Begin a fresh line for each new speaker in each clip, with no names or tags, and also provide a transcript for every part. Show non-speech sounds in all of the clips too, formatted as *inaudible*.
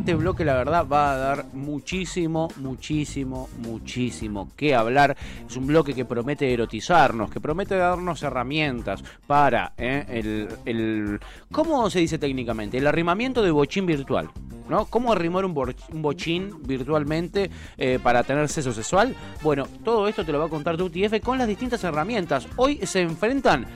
Este bloque, la verdad, va a dar muchísimo, muchísimo, muchísimo que hablar. Es un bloque que promete erotizarnos, que promete darnos herramientas para eh, el, el- ¿Cómo se dice técnicamente? El arrimamiento de bochín virtual. ¿no? ¿Cómo arrimar un, borch- un bochín virtualmente eh, para tener sexo sexual? Bueno, todo esto te lo va a contar Duty F con las distintas herramientas. Hoy se enfrentan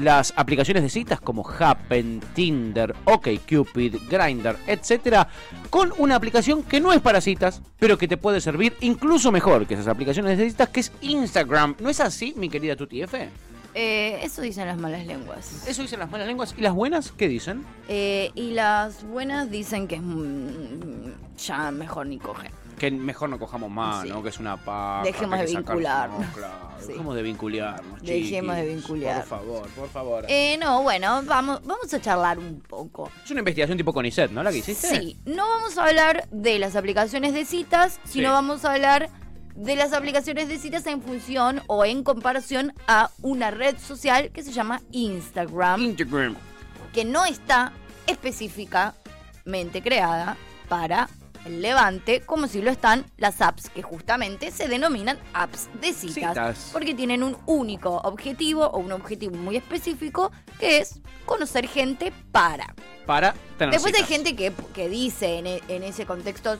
las aplicaciones de citas como Happen, Tinder, OkCupid, Grindr, etcétera, con una aplicación que no es para citas, pero que te puede servir incluso mejor que esas aplicaciones de citas, que es Instagram. ¿No es así, mi querida Tuti F?
Eh, eso dicen las malas lenguas.
Eso dicen las malas lenguas. ¿Y las buenas qué dicen?
Eh, y las buenas dicen que es mm, ya mejor ni coger.
Que mejor no cojamos más,
Sí.
¿no? Que es una paja.
Dejemos
que hay
de
que sacarse-
vincularnos.
No, claro,
Sí.
Dejemos de vincularnos,
Dejemos de
chiquis.
vincularnos.
Por favor, por favor.
Eh, no, bueno, vamos, vamos a charlar un poco.
Es una investigación tipo Conicet, ¿no? La que hiciste.
Sí, no vamos a hablar de las aplicaciones de citas, sino
Sí.
vamos a hablar de las aplicaciones de citas en función o en comparación a una red social que se llama Instagram,
Instagram.
que no está específicamente creada para el levante, como si lo están las apps, que justamente se denominan apps de citas,
Citas.
porque tienen un único objetivo o un objetivo muy específico, que es conocer gente para.
Para tener
Después hay
citas.
gente que, que dice en, e- en ese contexto,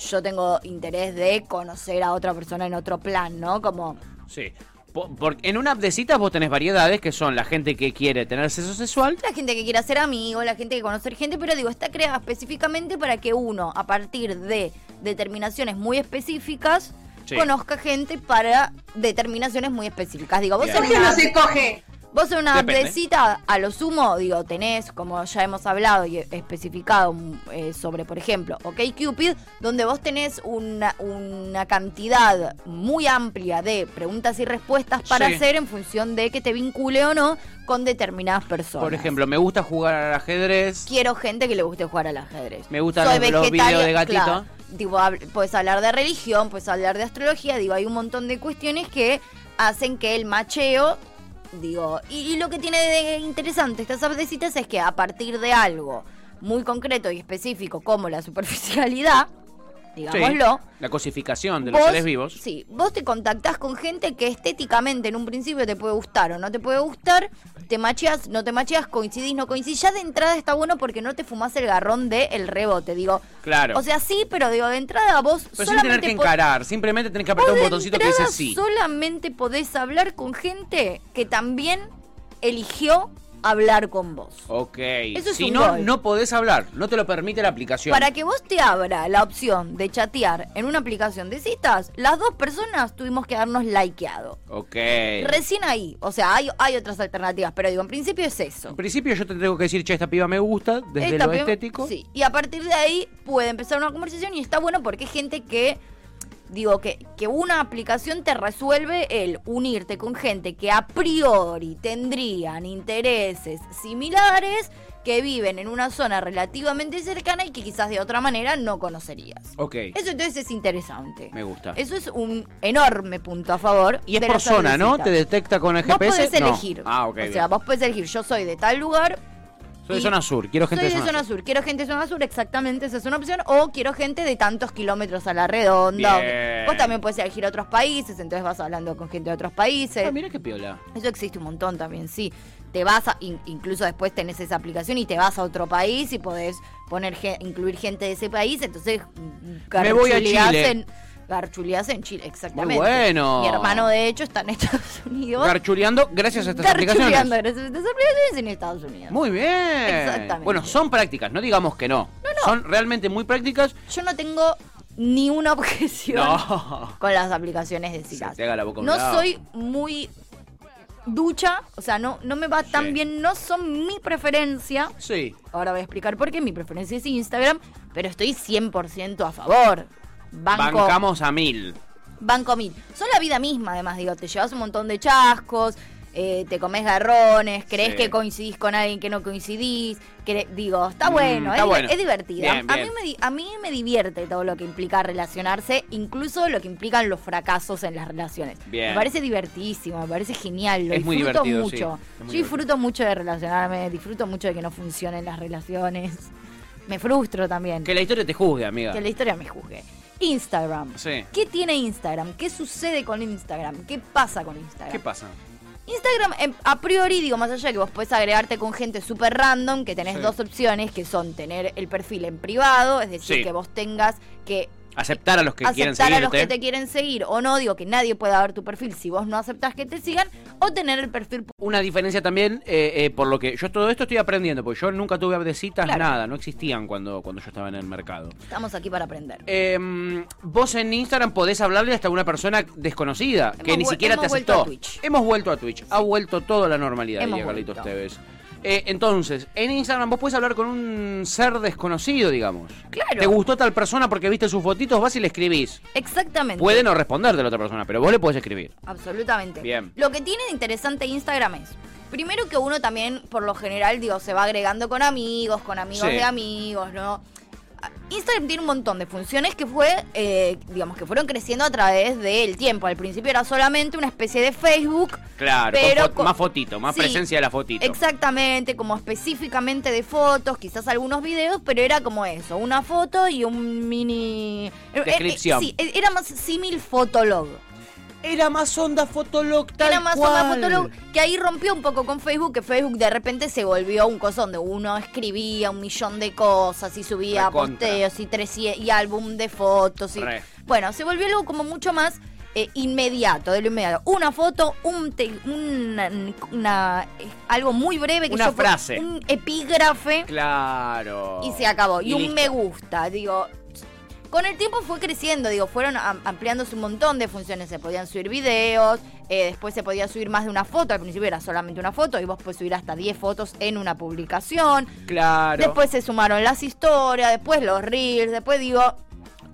yo tengo interés de conocer a otra persona en otro plan, ¿no? Como,
Sí. Po- Porque en una app de citas vos tenés variedades que son la gente que quiere tener sexo sexual.
la gente que quiera ser amigo, la gente que conocer gente, pero digo, está creada específicamente para que uno, a partir de determinaciones muy específicas,
Sí.
conozca gente para determinaciones muy específicas. Digo, vos
Bien.
en
Porque
una
no
app-
se coge.
Vos en una
Depende.
applecita, a lo sumo, digo, tenés, como ya hemos hablado y especificado mm, eh, sobre, por ejemplo, OkCupid, donde vos tenés una, una cantidad muy amplia de preguntas y respuestas para
Sí.
hacer en función de que te vincule o no con determinadas personas.
Por ejemplo, me gusta jugar al ajedrez.
Quiero gente que le guste jugar al ajedrez.
Me gustan los- los
vegetariana,
videos de gatito.
claro. Digo, hab- puedes hablar de religión, puedes hablar de astrología, digo, hay un montón de cuestiones que hacen que el macheo, digo, y, y lo que tiene de interesante estas apps de citas es que a partir de algo muy concreto y específico como la superficialidad,
Sí.
digámoslo,
La cosificación de los
vos-
seres vivos.
Sí, vos te contactás con gente que estéticamente en un principio te puede gustar o no te puede gustar, te macheas, no te macheas, coincidís, no coincidís. Ya de entrada está bueno porque no te fumás el garrón del el rebote, digo.
Claro.
O sea, sí, pero digo, de entrada vos
Pero sin tener
solamente
que
po-
encarar, simplemente tenés que
vos
apretar un
de
botoncito que dice
entrada
sí.
Solamente podés hablar con gente que también eligió hablar con vos.
Ok.
Eso es
si
un
no,
gol.
no podés hablar. No te lo permite la aplicación.
Para que vos te abra la opción de chatear en una aplicación de citas, las dos personas tuvimos que darnos likeado.
Ok.
Recién ahí. O sea, hay, hay otras alternativas, pero digo, en principio es eso.
En principio yo te tengo que decir, che, esta piba me gusta, desde
Esta
lo
pe-
estético.
Sí. Y a partir de ahí puede empezar una conversación y está bueno porque es gente que. Digo, que, que una aplicación te resuelve el unirte con gente que a priori tendrían intereses similares, que viven en una zona relativamente cercana y que quizás de otra manera no conocerías.
Ok.
Eso entonces es interesante.
Me gusta.
Eso es un enorme punto a favor.
y es
de
por
las
zona, ¿no?
sobrecitas.
Te detecta con el
Vos
GPS.
podés
No.
elegir.
Ah, ok.
O sea,
bien.
vos podés elegir, yo soy de tal lugar.
Soy de
y-
zona sur, quiero gente
soy
de zona sur.
Quiero gente de zona sur, exactamente, esa es una opción. O quiero gente de tantos kilómetros a la redonda.
Bien.
Vos también podés elegir otros países, entonces vas hablando con gente de otros países.
Ah, mira qué piola.
Eso existe un montón también, sí. Te vas a, in- incluso después tenés esa aplicación y te vas a otro país y podés poner ge- incluir gente de ese país, entonces mm,
Me voy a
garchuleás
Chile.
en garchuleás en Chile, exactamente.
bueno.
Mi hermano de hecho está en Estados Unidos.
Garchuleando gracias a estas aplicaciones.
Garchuleando gracias a estas aplicaciones en Estados Unidos.
Muy bien.
Exactamente.
Bueno, son prácticas, no digamos que no. Son realmente muy prácticas.
Yo no tengo ni una objeción
No.
*laughs* con las aplicaciones de citas.
Se te haga la boca a un
no
lado.
soy muy ducha, o sea, no, no me va
Sí.
tan bien, no son mi preferencia.
*laughs* Sí.
Ahora voy a explicar por qué mi preferencia es Instagram, pero estoy 100% a favor. Banco,
Bancamos a mil.
banco mil. Son la vida misma, además, digo, te llevas un montón de chascos, eh, te comes garrones, crees
Sí.
que coincidís con alguien que no coincidís, cre- digo, está
Mm,
bueno,
está
es,
bueno.
es divertido.
Bien,
a, mí
bien.
me, di- a mí me divierte todo lo que implica relacionarse, incluso lo que implican los fracasos en las relaciones.
Bien.
Me parece divertidísimo, me parece genial, lo
Es muy
disfruto
divertido, sí.
mucho.
Es muy
Yo disfruto mucho de relacionarme, disfruto mucho de que no funcionen las relaciones. Me frustro también.
Que la historia te juzgue, amiga.
Que la historia me juzgue. Instagram.
Sí.
¿Qué tiene Instagram? ¿Qué sucede con Instagram? ¿Qué pasa con Instagram?
¿Qué pasa?
Instagram, em, a priori, digo, más allá de que vos podés agregarte con gente súper random, que tenés
Sí.
dos opciones, que son tener el perfil en privado, es decir,
Sí.
que vos tengas que
Aceptar a los que quieren
aceptar
seguirte.
a los que te quieren seguir o no, digo que nadie pueda ver tu perfil si vos no aceptás que te sigan, o tener el perfil pu-
Una diferencia también, eh, eh, por lo que yo todo esto estoy aprendiendo, porque yo nunca tuve abdecitas,
Claro.
nada, no existían cuando, cuando yo estaba en el mercado.
Estamos aquí para aprender.
Em, vos en Instagram podés hablarle hasta a una persona desconocida que
Hemos
ni
vuel-
siquiera te
hemos vuelto
aceptó.
a Twitch.
Hemos vuelto a Twitch. Ha vuelto toda la normalidad,
Hemos
diría Carlitos
vuelto.
Tevez. Eh, entonces, en Instagram vos puedes hablar con un ser desconocido, digamos.
Claro.
Te gustó tal persona porque viste sus fotitos, vas y le escribís.
Exactamente.
Puede no responderte la otra persona, pero vos le podés escribir.
Absolutamente.
Bien.
Lo que tiene de interesante Instagram es, primero que uno también, por lo general, digo, se va agregando con amigos, con amigos
Sí.
de amigos, ¿no? Instagram tiene un montón de funciones que fue, eh, digamos, que fueron creciendo a través del tiempo. Al principio era solamente una especie de Facebook.
Claro, con
pero
fo-
con-
más fotito, más
Sí.
presencia de la fotito.
Exactamente, como específicamente de fotos, quizás algunos videos, pero era como eso, una foto y un mini... eh, eh,
Descripción.
sí, eh, era más símil fotolog.
Era más onda fotolog tal
Era más
cual.
una fotólogo que ahí rompió un poco con Facebook, que Facebook de repente se volvió un coso donde uno escribía un millón de cosas y subía
Recontra.
posteos y tres y, y álbum de fotos. Y,
Re.
bueno, se volvió algo como mucho más eh, inmediato, de lo inmediato. Una foto, un te- una, una- eh, algo muy breve que
Una
yo po-
frase.
un epígrafe
Claro.
y se acabó. Y, un
listo.
me gusta, digo. Con el tiempo fue creciendo, digo, fueron am- ampliándose un montón de funciones. Se podían subir videos, eh, después se podía subir más de una foto. Al principio era solamente una foto y vos podés subir hasta 10 fotos en una publicación.
Claro.
Después se sumaron las historias, después los reels, después digo,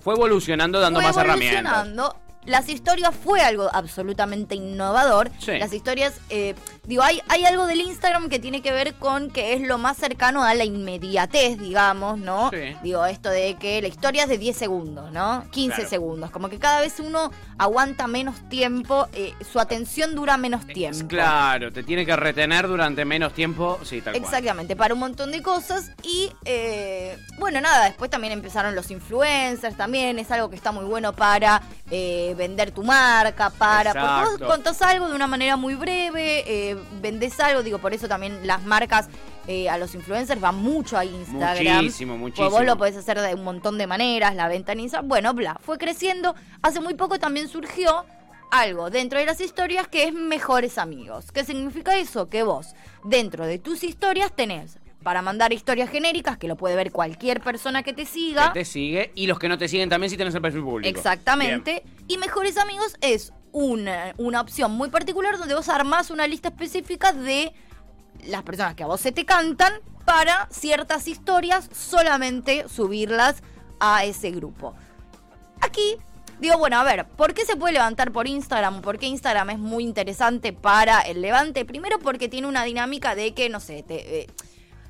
Fue evolucionando dando
fue
más herramientas.
evolucionando. Las historias fue algo absolutamente innovador.
Sí.
Las historias, eh, digo, hay, hay algo del Instagram que tiene que ver con que es lo más cercano a la inmediatez, digamos, ¿no?
Sí.
Digo, esto de que la historia es de 10 segundos, ¿no? 15
Claro.
segundos. Como que cada vez uno aguanta menos tiempo, eh, su atención dura menos
Es
tiempo.
Claro, te tiene que retener durante menos tiempo. Sí, tal cual.
Exactamente, para un montón de cosas. Y eh, bueno, nada, después también empezaron los influencers, también es algo que está muy bueno para eh, vender tu marca, para... Porque
Exacto.
vos contás algo de una manera muy breve, eh, vendés algo, digo, por eso también las marcas eh, a los influencers van mucho a Instagram.
Muchísimo, muchísimo.
Pues vos lo podés hacer de un montón de maneras, la venta en Instagram, bueno, bla, fue creciendo. Hace muy poco también surgió algo dentro de las historias que es mejores amigos. ¿Qué significa eso? Que vos, dentro de tus historias, tenés para mandar historias genéricas, que lo puede ver cualquier persona que te siga.
Que te sigue y los que no te siguen también si tenés el perfil público.
Exactamente. Y Mejores Amigos es una, una opción muy particular donde vos armás una lista específica de las personas que a vos se te cantan para ciertas historias solamente subirlas a ese grupo. Aquí digo, bueno, a ver, ¿por qué se puede levantar por Instagram? ¿Por qué Instagram es muy interesante para el levante? Primero porque tiene una dinámica de que, no sé, te... eh,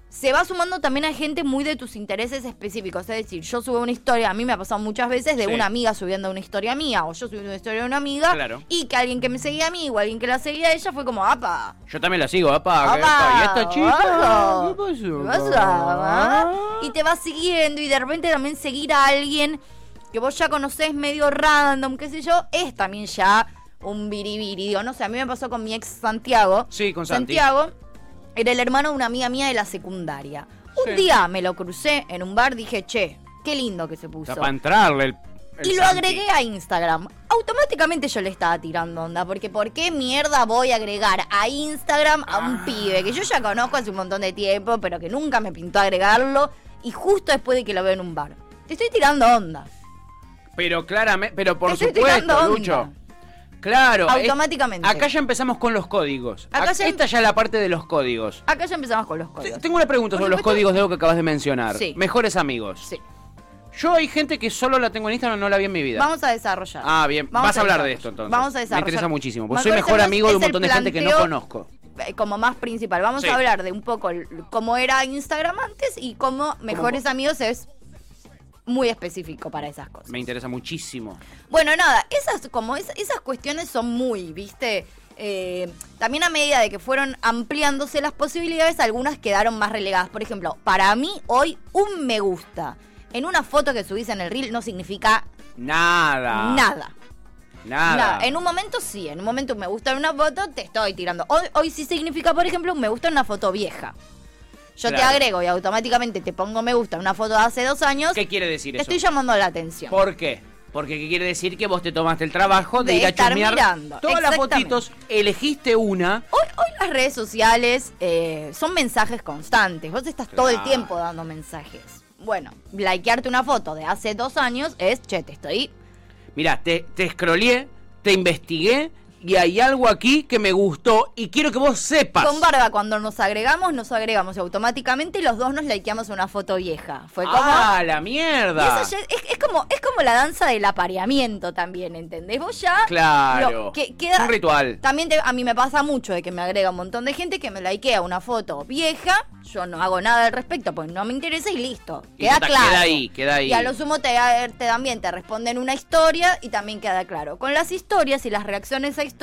se va sumando también a gente muy de tus intereses específicos. Es decir, yo subo una historia, a mí me ha pasado muchas veces, de
Sí.
una amiga subiendo una historia mía, o yo subiendo una historia de una amiga,
Claro.
y que alguien que me seguía a mí o alguien que la seguía a ella fue como, apa,
Bien. Yo también la sigo, apa.
apa,
apa, Y esta chica.
apa,
¿Qué pasó?
¿qué pasaba? Y te vas siguiendo y de repente también seguir a alguien que vos ya conocés medio random, qué sé yo, es también ya un biribiri. Digo, no sé, a mí me pasó con mi ex Santiago.
Sí, con Santi.
Santiago era el hermano de una amiga mía de la secundaria. Un
Sí.
día me lo crucé en un bar, dije, che, qué lindo que se puso.
Está para entrarle el. el
Y lo
Santi.
agregué a Instagram. Automáticamente yo le estaba tirando onda, porque ¿por qué mierda voy a agregar a Instagram a
Ah.
un pibe que yo ya conozco hace un montón de tiempo, pero que nunca me pintó agregarlo, y justo después de que lo veo en un bar? Te estoy tirando onda.
Pero claramente. Pero por
Te estoy tirando
supuesto,
onda.
Lucho. Claro. es-
Automáticamente.
acá ya empezamos con los códigos.
Acá ya-
Esta ya es la parte de los códigos.
Acá ya empezamos con los
Te-
códigos.
Tengo una pregunta
Por
sobre los
supuesto.
códigos de lo que acabas de mencionar.
Sí.
Mejores amigos.
Sí.
Yo hay gente que solo la tengo en Instagram, no la vi en mi vida.
Vamos a desarrollar.
Ah, bien.
Vamos
Vas a hablar de esto entonces.
Vamos a desarrollar.
Me interesa muchísimo. Porque
Me
soy
parece
mejor
más-
amigo de un
es el
montón de gente que no
planteo-
conozco.
eh, Como más principal. Vamos
Sí.
a hablar de un poco l- cómo era Instagram antes y cómo mejores amigos es muy específico para esas cosas.
Me interesa muchísimo.
Bueno, nada, esas, como es- esas cuestiones son muy, viste. Eh, también a medida de que fueron ampliándose las posibilidades, algunas quedaron más relegadas. Por ejemplo, para mí hoy un me gusta en una foto que subís en el reel no significa
Nada.
nada.
Nada.
Nada. En un momento sí, en un momento un me gusta en una foto, te estoy tirando. Hoy, hoy sí significa, por ejemplo, un me gusta en una foto vieja. Yo te
Claro.
agrego y automáticamente te pongo me gusta en una foto de hace dos años.
¿Qué quiere decir
te
eso?
estoy llamando la atención.
¿Por qué? Porque ¿qué quiere decir que vos te tomaste el trabajo de,
De
ir a
estar
chusmear
mirando,
todas las
exactamente.
fotitos, elegiste una.
Hoy, hoy las redes sociales eh, son mensajes constantes. Vos estás todo el
Claro.
tiempo dando mensajes. Bueno, likearte una foto de hace dos años es, che, te estoy...
Mirá, te, te scrollé, te investigué y hay algo aquí que me gustó y quiero que vos sepas.
Con barba, cuando nos agregamos, nos agregamos y automáticamente los dos nos likeamos una foto vieja. Fue como...
¡Ah, la
Y
mierda!
eso ya es, es como, es como la danza del apareamiento también, ¿entendés? Vos ya...
Claro.
lo- que, queda,
Un ritual.
También te- a mí me pasa mucho de que me agrega un montón de gente que me likea una foto vieja, yo no hago nada al respecto porque no me interesa y listo.
Y ya
Queda
está,
claro.
Queda ahí, queda ahí.
Y a lo sumo te, te también te responden una historia y también queda claro. Con las historias y las reacciones a historias,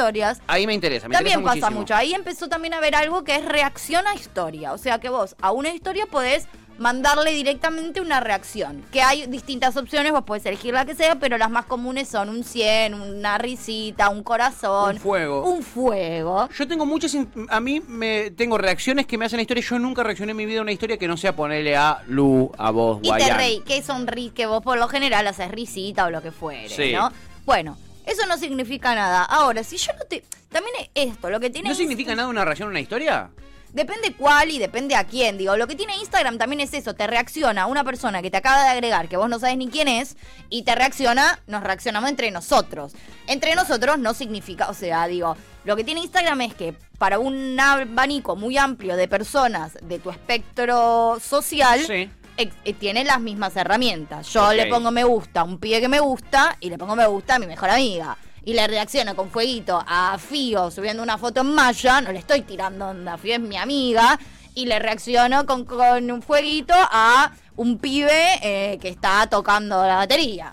Ahí me interesa, me
también
interesa
pasa
muchísimo.
mucho. Ahí empezó también a ver algo que es reacción a historia. O sea que vos a una historia podés mandarle directamente una reacción. Que hay distintas opciones, vos podés elegir la que sea, pero las más comunes son un 100, una risita, un corazón.
Un fuego.
Un fuego.
Yo tengo muchas. in- A mí me tengo reacciones que me hacen historias. Yo nunca reaccioné en mi vida a una historia que no sea ponerle a Lu, a vos,
Y te
Guayán.
reí, que sonrí, que vos por lo general haces risita o lo que fuere,
Sí.
¿no? Bueno, eso no significa nada. Ahora, si yo no te. También es esto, lo que tiene.
¿No
Insta-
significa nada una reacción a una historia?
Depende cuál y depende a quién. Digo, lo que tiene Instagram también es eso. Te reacciona una persona que te acaba de agregar, que vos no sabes ni quién es, y te reacciona, nos reaccionamos entre nosotros. Entre nosotros no significa, o sea, digo, lo que tiene Instagram es que para un abanico muy amplio de personas de tu espectro social,
Sí.
ex- eh, tiene las mismas herramientas. Yo
Ok.
le pongo me gusta a un pibe que me gusta y le pongo me gusta a mi mejor amiga. Y le reacciono con fueguito a Fío subiendo una foto en Maya. No le estoy tirando onda, Fío es mi amiga. Y le reacciono con, con un fueguito a un pibe eh, que está tocando la batería.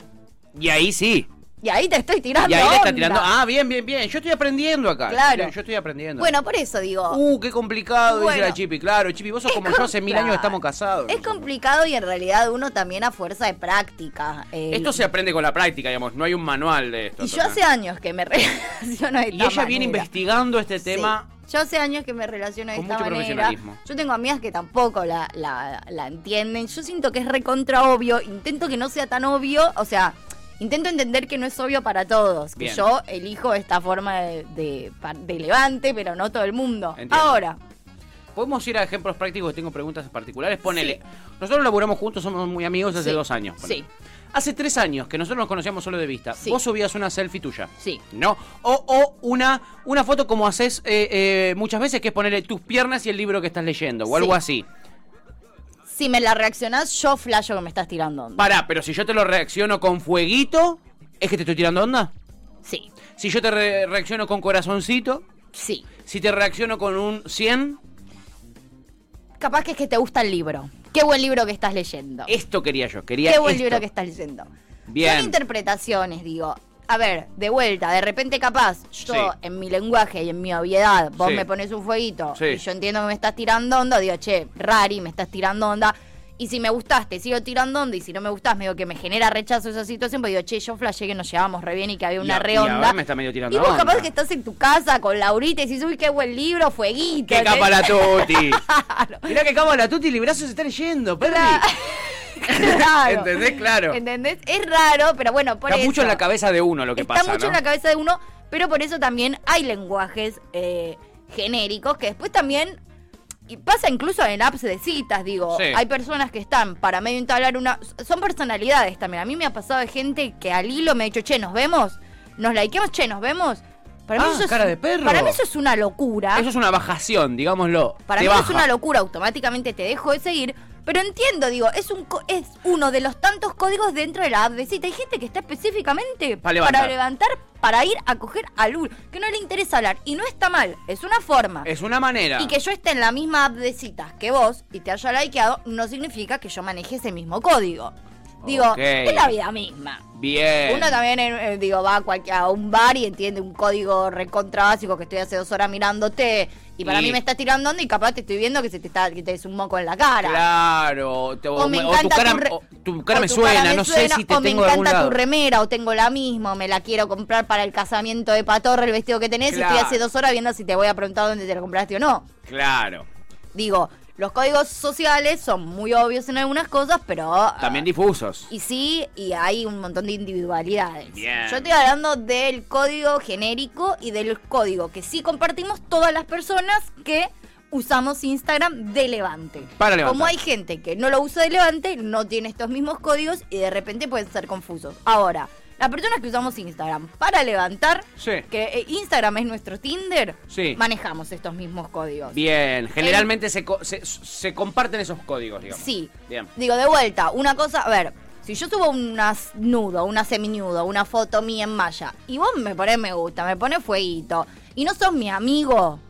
Y ahí sí.
Y ahí te estoy tirando
Y ahí le
onda.
está tirando. Ah, bien, bien, bien. Yo estoy aprendiendo acá.
Claro.
Yo- Yo estoy aprendiendo.
Bueno, por eso digo.
Uh, qué complicado, dice
Bueno.
la Chipi. Claro, Chipi, vos sos
Es
como yo, hace mil
complicado.
años estamos casados.
Es complicado y en realidad uno también a fuerza de práctica. eh,
Esto se aprende con la práctica, digamos. No hay un manual de esto.
Y yo hace años que me *laughs* relaciono de
Y
esta
ella viene
manera.
investigando este
Sí.
tema.
Yo hace años que me relaciono de
Con
esta
mucho
manera.
profesionalismo.
Yo tengo amigas que tampoco la, la- la entienden. Yo siento que es recontra obvio. Intento que no sea tan obvio. O sea, intento entender que no es obvio para todos. Que
Bien.
yo elijo esta forma de, de pa- de levante, pero no todo el mundo.
Entiendo.
Ahora,
Podemos ir a ejemplos prácticos, tengo preguntas particulares. Ponele.
Sí.
Nosotros laburamos juntos, somos muy amigos hace
Sí.
dos años. ponele.
Sí.
Hace tres años que nosotros nos conocíamos solo de vista.
Sí.
Vos subías una selfie tuya.
Sí.
¿No? O, o una, una foto como haces eh, eh, muchas veces, que es ponerle tus piernas y el libro que estás leyendo, o algo así.
si me la reaccionás, yo flasho que me estás tirando onda.
Pará, pero si yo te lo reacciono con fueguito, ¿es que te estoy tirando onda?
Sí,
Si yo te re- reacciono con corazoncito,
sí.
si te reacciono con un 100,
Capaz que es que te gusta el libro. Qué buen libro que estás leyendo.
esto quería yo. Quería
Qué buen
esto.
libro que estás leyendo.
Bien.
Son interpretaciones, digo. A ver, de vuelta, de repente capaz, yo
Sí.
en mi lenguaje y en mi obviedad, vos
Sí.
me pones un fueguito
Sí.
y yo entiendo que me estás tirando onda, digo, che, rari, me estás tirando onda. Y si me gustaste, sigo tirando onda, y si no me gustás, me digo que me genera rechazo esa situación, porque digo, che, yo flashé que nos llevábamos re bien y que había
Y
una
a-
re
y
onda.
ahora me está medio tirando
Y vos
onda.
capaz que estás en tu casa con Laurita y decís, uy, qué buen libro, fueguito.
¡Qué
¿entendés?
capa la
*laughs*
tuti! Mirá que capa la tuti y librazos se están yendo, Perry.
*laughs* Claro.
¿Entendés? Claro.
¿Entendés? Es raro, pero bueno, por
Está
eso.
mucho en la cabeza de uno lo que
Está
pasa,
mucho
¿no?
en la cabeza de uno, pero por eso también hay lenguajes eh, genéricos que después también. Y pasa incluso en apps de citas, digo.
Sí.
Hay personas que están para medio entablar una. Son personalidades también. A mí me ha pasado de gente que al hilo me ha dicho, che, nos vemos. Nos likeamos, che, nos vemos. Para
Ah,
mí eso
cara
es,
de perro.
Para mí eso es una locura.
Eso es una bajación, digámoslo.
Para
Te
mí
baja.
es una locura, automáticamente te dejo de seguir, Pero entiendo, digo, es un co- es uno de los tantos códigos dentro de la app de cita. Hay gente que está específicamente
Pa' levantar.
para levantar, para ir a coger al uno, que no le interesa hablar. Y no está mal, es una forma.
Es una manera.
Y que yo esté en la misma app de citas que vos y te haya likeado, no significa que yo maneje ese mismo código. Digo,
Ok.
es la vida misma.
Bien.
Uno también, eh, eh, digo, va a, cualquier- a un bar y entiende un código recontra básico que estoy hace dos horas mirándote y para
Y-
mí me estás tirando onda y capaz te estoy viendo que se te está que te des un moco en la cara.
Claro. Te-
O me
o
encanta
tu cara,
re-
o tu cara
o
me
tu
suena,
cara me
no sé
suena,
si te
o
tengo
me
de algún
encanta
lado.
tu remera o tengo la misma o me la quiero comprar para el casamiento de Patorre el vestido que tenés y
Claro.
estoy hace dos horas viendo si te voy a preguntar dónde te lo compraste o no.
Claro.
Digo, los códigos sociales son muy obvios en algunas cosas, pero ah,
También difusos.
y sí, y hay un montón de individualidades.
Bien.
Yo estoy hablando del código genérico y del código que sí compartimos todas las personas que usamos Instagram de Levante.
Para levantar.
Como hay gente que no lo usa de Levante, no tiene estos mismos códigos y de repente pueden ser confusos. Ahora, las personas que usamos Instagram para levantar,
Sí.
que eh, Instagram es nuestro Tinder,
Sí.
manejamos estos mismos códigos.
Bien. Generalmente se, co- se, se comparten esos códigos, digamos.
Sí.
Bien.
Digo, de vuelta, una cosa, a ver, si yo subo un as- nudo, una seminudo, una foto mía en malla, y vos me pones me gusta, me pones fueguito, y no sos mi amigo,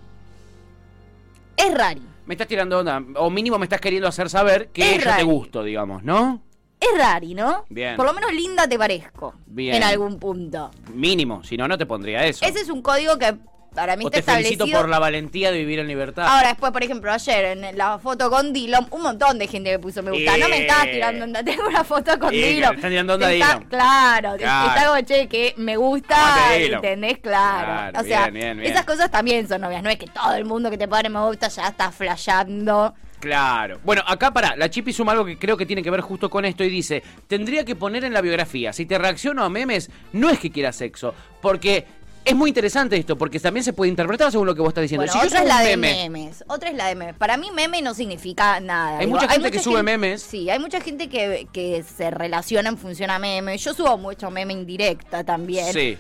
es rari.
Me estás tirando onda. O mínimo me estás queriendo hacer saber que
Es
yo te
raro.
gusto, digamos, ¿no?
Es rari, ¿no?
Bien.
Por lo menos linda te parezco.
Bien.
En algún punto.
Mínimo. Si no, no te pondría eso.
Ese es un código que para mí
o
está
te felicito
establecido.
por la valentía de vivir en libertad.
Ahora, después, por ejemplo, ayer en la foto con Dylan, un montón de gente me puso me gusta. No me estás
Eh.
tirando onda, tengo una foto con
Sí, que le
Dylan.
están tirando onda
Te
a
está-
Dylan.
Claro, te-
Claro.
está como, che, que me gusta,
Aguante Dylan.
¿entendés? Claro.
Claro,
o sea,
bien, bien, bien.
esas cosas también son novias. No es que todo el mundo que te pone me gusta ya está flasheando.
Claro. Bueno, acá para, la Chipi suma algo que creo que tiene que ver justo con esto y dice, tendría que poner en la biografía, si te reacciono a memes, no es que quiera sexo, porque es muy interesante esto, porque también se puede interpretar según lo que vos estás diciendo.
Bueno,
Si yo
otra es
subo
la
un
de
meme,
memes. Otra es la de memes. Para mí meme no significa nada.
Hay mucha gente que sube
gen-
memes.
Sí, hay mucha gente que, que se relaciona en función a meme. Yo subo mucho meme indirecta también.
Sí.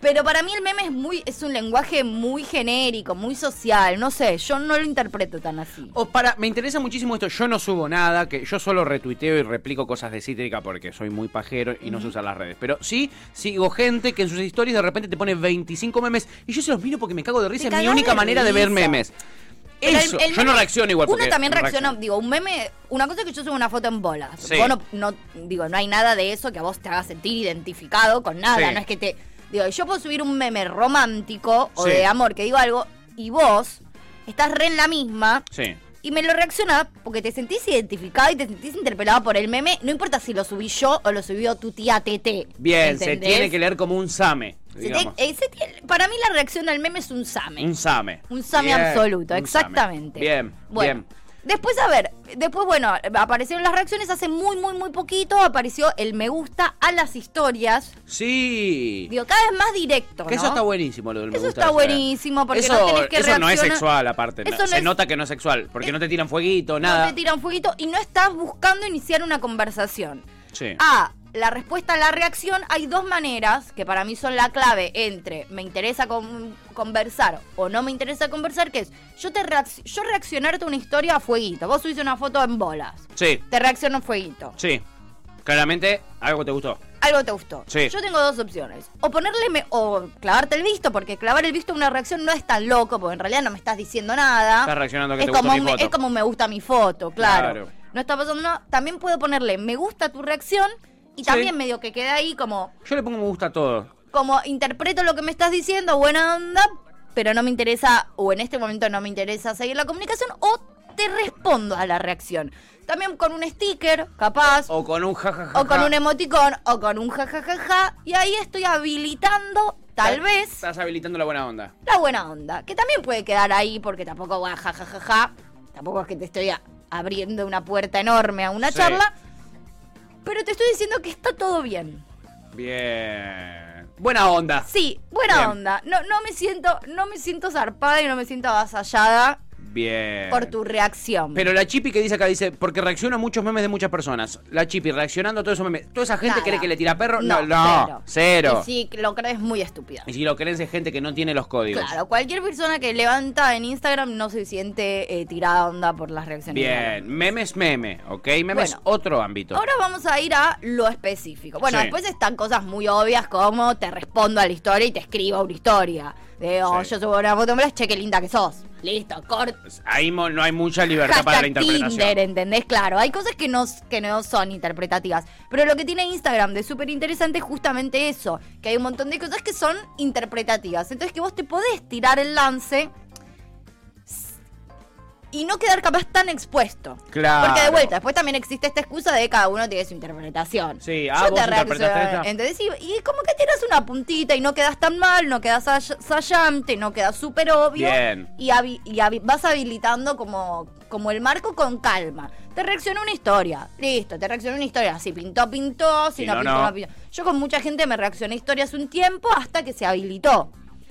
Pero para mí el meme es muy es un lenguaje muy genérico, muy social, no sé, yo no lo interpreto tan así.
O para, me interesa muchísimo esto, yo no subo nada, que yo solo retuiteo y replico cosas de Cítrica porque soy muy pajero y no sé usar las redes. Pero sí sigo gente que en sus historias de repente te pone 25 memes y yo se los miro porque me cago de risa, es mi
cagás
única
de
manera de ver
risa.
memes.
Pero el-
Eso,
el
yo no
meme-
reacciono igual.
Uno
porque
también
no
reacciona,
reacciono.
digo, un meme, una cosa es que yo subo una foto en bolas.
Sí.
Vos no, no- digo, no hay nada de eso que a vos te haga sentir identificado con nada,
Sí.
no es que te digo, yo puedo subir un meme romántico o
Sí.
de amor que digo algo y vos estás re en la misma
Sí.
y me lo reaccionás porque te sentís identificado y te sentís interpelado por el meme, no importa si lo subí yo o lo subió tu tía TT.
Bien, se
¿entendés?
tiene que leer como un same,
Se te-
digamos.
eh, se tiene- para mí la reacción al meme es un same.
Un same.
Un same
Bien,
absoluto,
un same.
exactamente.
Bien,
bueno.
bien.
Después, a ver, después, bueno, aparecieron las reacciones hace muy, muy, muy poquito. Apareció el me gusta a las historias.
Sí.
Digo, cada vez más directo.
que eso
¿no?
está buenísimo lo del me
Eso
gusta
está
de Instagram.
buenísimo, porque
eso,
no tenés que
Eso no es
reaccionar.
sexual aparte.
Eso no
se
es-
nota que no es sexual, porque
Es-
no te tiran fueguito,
No
nada.
te tiran fueguito y no estás buscando iniciar una conversación.
Sí.
A, la respuesta a la reacción, hay dos maneras que para mí son la clave entre me interesa con- conversar o no me interesa conversar, que es yo, te reacc- yo reaccionarte a una historia a fueguito. Vos subiste una foto en bolas.
Sí,
Te reacciono a fueguito.
sí. Claramente algo te gustó.
Algo te gustó.
Sí.
Yo tengo dos opciones. O ponerle me- o clavarte el visto, porque clavar el visto a una reacción no es tan loco, porque en realidad no me estás diciendo nada.
Estás reaccionando que
es
te
como
gustó mi
un-
foto.
Es como un me gusta mi foto, claro.
Claro.
No está pasando nada. También puedo ponerle me gusta tu reacción y
Sí.
también medio que queda ahí como
Yo le pongo me gusta a todo.
como interpreto lo que me estás diciendo, buena onda, pero no me interesa, o en este momento no me interesa seguir la comunicación, o te respondo a la reacción. También con un sticker, capaz, o,
O con un jajaja.
con un emoticón, o con un jajajaja, y ahí estoy habilitando, tal vez,
Estás habilitando la buena onda.
la buena onda, que también puede quedar ahí, porque tampoco va jajajaja, tampoco es que te estoy a- abriendo una puerta enorme a una
Sí.
charla, pero te estoy diciendo que está todo bien.
Bien. Buena onda.
Sí, buena
Bien.
onda. No, no me siento, no me siento zarpada y no me siento avasallada
Bien.
por tu reacción.
Pero la Chipi que dice acá dice, porque reacciona a muchos memes de muchas personas. La Chipi reaccionando a todos esos memes. ¿Toda esa gente
Nada.
cree que le tira perro? No, no, cero.
Y si lo crees muy estúpida.
Y si lo creen es gente que no tiene los códigos.
Claro, cualquier persona que levanta en Instagram no se siente eh, tirada onda por las reacciones.
Bien, memes meme, ¿ok? Memes
Bueno.
otro ámbito.
Ahora vamos a ir a lo específico. Bueno,
Sí.
después están cosas muy obvias como te respondo a la historia y te escribo una historia. De, oh,
Sí.
yo subo una foto, mirá, che, qué linda que sos. Listo, corto.
Pues Ahí mo- no hay mucha libertad
Hashtag
para la interpretación.
Tinder, eh. ¿entendés? Claro, hay cosas que no, que no son interpretativas. Pero lo que tiene Instagram de súper interesante es justamente eso, que hay un montón de cosas que son interpretativas. Entonces que vos te podés tirar el lance y no quedar capaz tan expuesto.
Claro.
Porque de vuelta, después también existe esta excusa de cada uno tiene su interpretación.
Sí, ah, vos interpretaste esta.
¿entendés? Y, y como que tiras una puntita y no quedas tan mal, no quedas sall- sallante, no quedas súper obvio.
Bien.
Y, habi- y habi- vas habilitando como, como el marco con calma. Te reaccionó una historia, listo, te reaccionó una historia. Si pintó, pintó, si
Si
no,
no,
pintó,
no.
no pintó. Yo con mucha gente me reaccioné historias un tiempo hasta que se habilitó.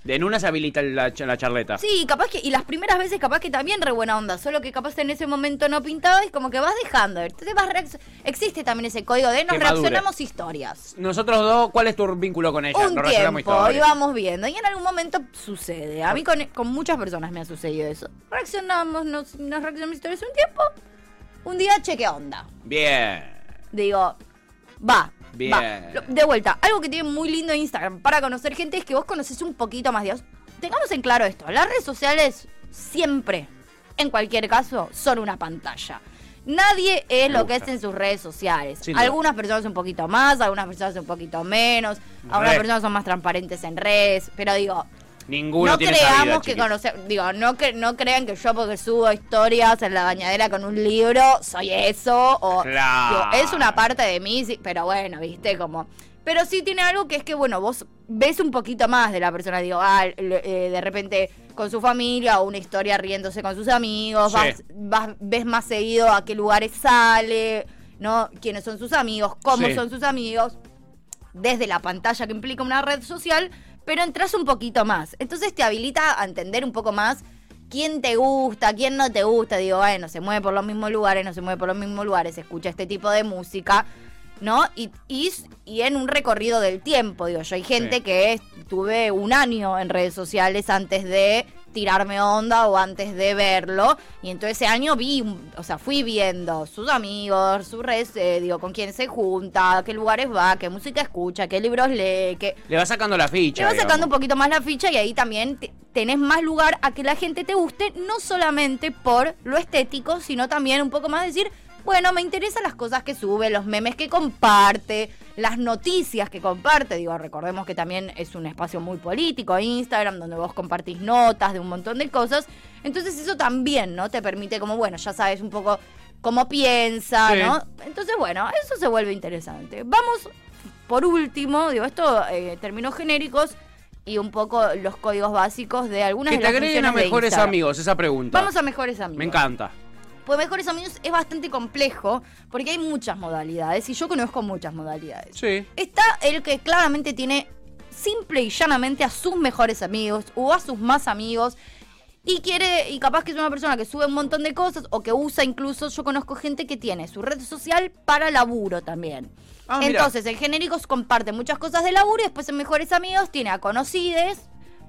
En una se habilita la, ch- la charleta.
Sí, capaz que, y las primeras veces capaz que también re buena onda, solo que capaz en ese momento no pintaba y como que vas dejando. Entonces vas reacc- existe también ese código de nos
Que madure.
reaccionamos historias.
Nosotros dos, ¿cuál es tu vínculo con ella?
un
Nos relacionamos
tiempo
historias.
íbamos viendo y en algún momento sucede. A mí con, con muchas personas me ha sucedido eso. Reaccionamos, nos, nos reaccionamos historias un tiempo. Un día cheque onda.
Bien.
Digo, va.
Bien.
va. Lo- De vuelta, algo que tiene muy lindo Instagram para conocer gente es que vos conoces un poquito más de Dios. Tengamos en claro esto, las redes sociales siempre, en cualquier caso, son una pantalla. Nadie es
Me
lo que
gusta.
es en sus redes sociales.
Sin duda.
algunas personas un poquito más, algunas personas un poquito menos, algunas
Re.
personas son más transparentes en redes, pero digo,
Ninguno
no
tiene esa
creamos
vida,
que
chiquis.
conocer, digo, no que no crean que yo porque subo historias en la bañadera con un libro soy eso o
Claro.
digo, es una parte de mí, sí, pero bueno, viste como pero sí tiene algo que es que bueno, vos ves un poquito más de la persona, digo, ah, le- eh, de repente con su familia o una historia riéndose con sus amigos,
Sí.
vas, vas- ves más seguido a qué lugares sale, ¿no? Quiénes son sus amigos, cómo
Sí.
son sus amigos desde la pantalla que implica una red social, pero entras un poquito más. Entonces te habilita a entender un poco más quién te gusta, quién no te gusta. Digo, bueno, se mueve por los mismos lugares, no se mueve por los mismos lugares, escucha este tipo de música, ¿no? Y, y, y en un recorrido del tiempo, digo, yo hay gente
Sí.
que es- tuve un año en redes sociales antes de tirarme onda o antes de verlo y entonces ese año vi, un- o sea, fui viendo sus amigos, sus redes, eh, digo, con quién se junta, a qué lugares va, qué música escucha, qué libros lee, qué...
Le va sacando la ficha.
Te vas sacando un
digamos.
poquito más la ficha y ahí también te- tenés más lugar a que la gente te guste, no solamente por lo estético, sino también un poco más decir, bueno, me interesan las cosas que sube, los memes que comparte, las noticias que comparte. Digo, recordemos que también es un espacio muy político, Instagram, donde vos compartís notas de un montón de cosas. Entonces eso también, ¿no? Te permite como, bueno, ya sabes un poco cómo piensa,
Sí.
¿no? Entonces, bueno, eso se vuelve interesante. Vamos, por último, digo, esto eh, términos genéricos y un poco los códigos básicos de algunas
Que
de
te
las
agreguen a
funciones de
mejores
Instagram.
amigos, esa pregunta.
Vamos a mejores amigos.
Me encanta.
Pues mejores amigos es bastante complejo porque hay muchas modalidades y yo conozco muchas modalidades.
Sí.
Está el que claramente tiene simple y llanamente a sus mejores amigos o a sus más amigos y quiere, y capaz que es una persona que sube un montón de cosas o que usa incluso, yo conozco gente que tiene su red social para laburo también.
Ah, mira.
Entonces, en genéricos comparte muchas cosas de laburo y después en mejores amigos tiene a conocides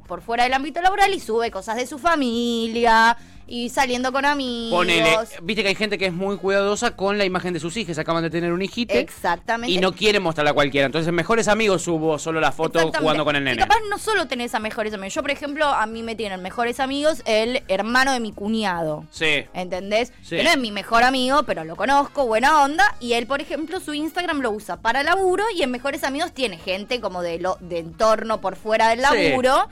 por fuera del ámbito laboral y sube cosas de su familia y saliendo con amigos.
Ponele. Viste que hay gente que es muy cuidadosa con la imagen de sus hijos. Acaban de tener un hijito.
Exactamente.
Y no quiere mostrarla a cualquiera. Entonces, mejores amigos subo solo la foto
Exactamente.
jugando con el nene.
Y capaz no solo tenés a mejores amigos. Yo, por ejemplo, a mí me tienen mejores amigos el hermano de mi cuñado.
Sí.
¿Entendés?
Sí.
Que no es mi mejor amigo, pero lo conozco, buena onda. Y él, por ejemplo, su Instagram lo usa para laburo y en Mejores Amigos tiene gente como de, lo, de entorno por fuera del
Sí.
laburo.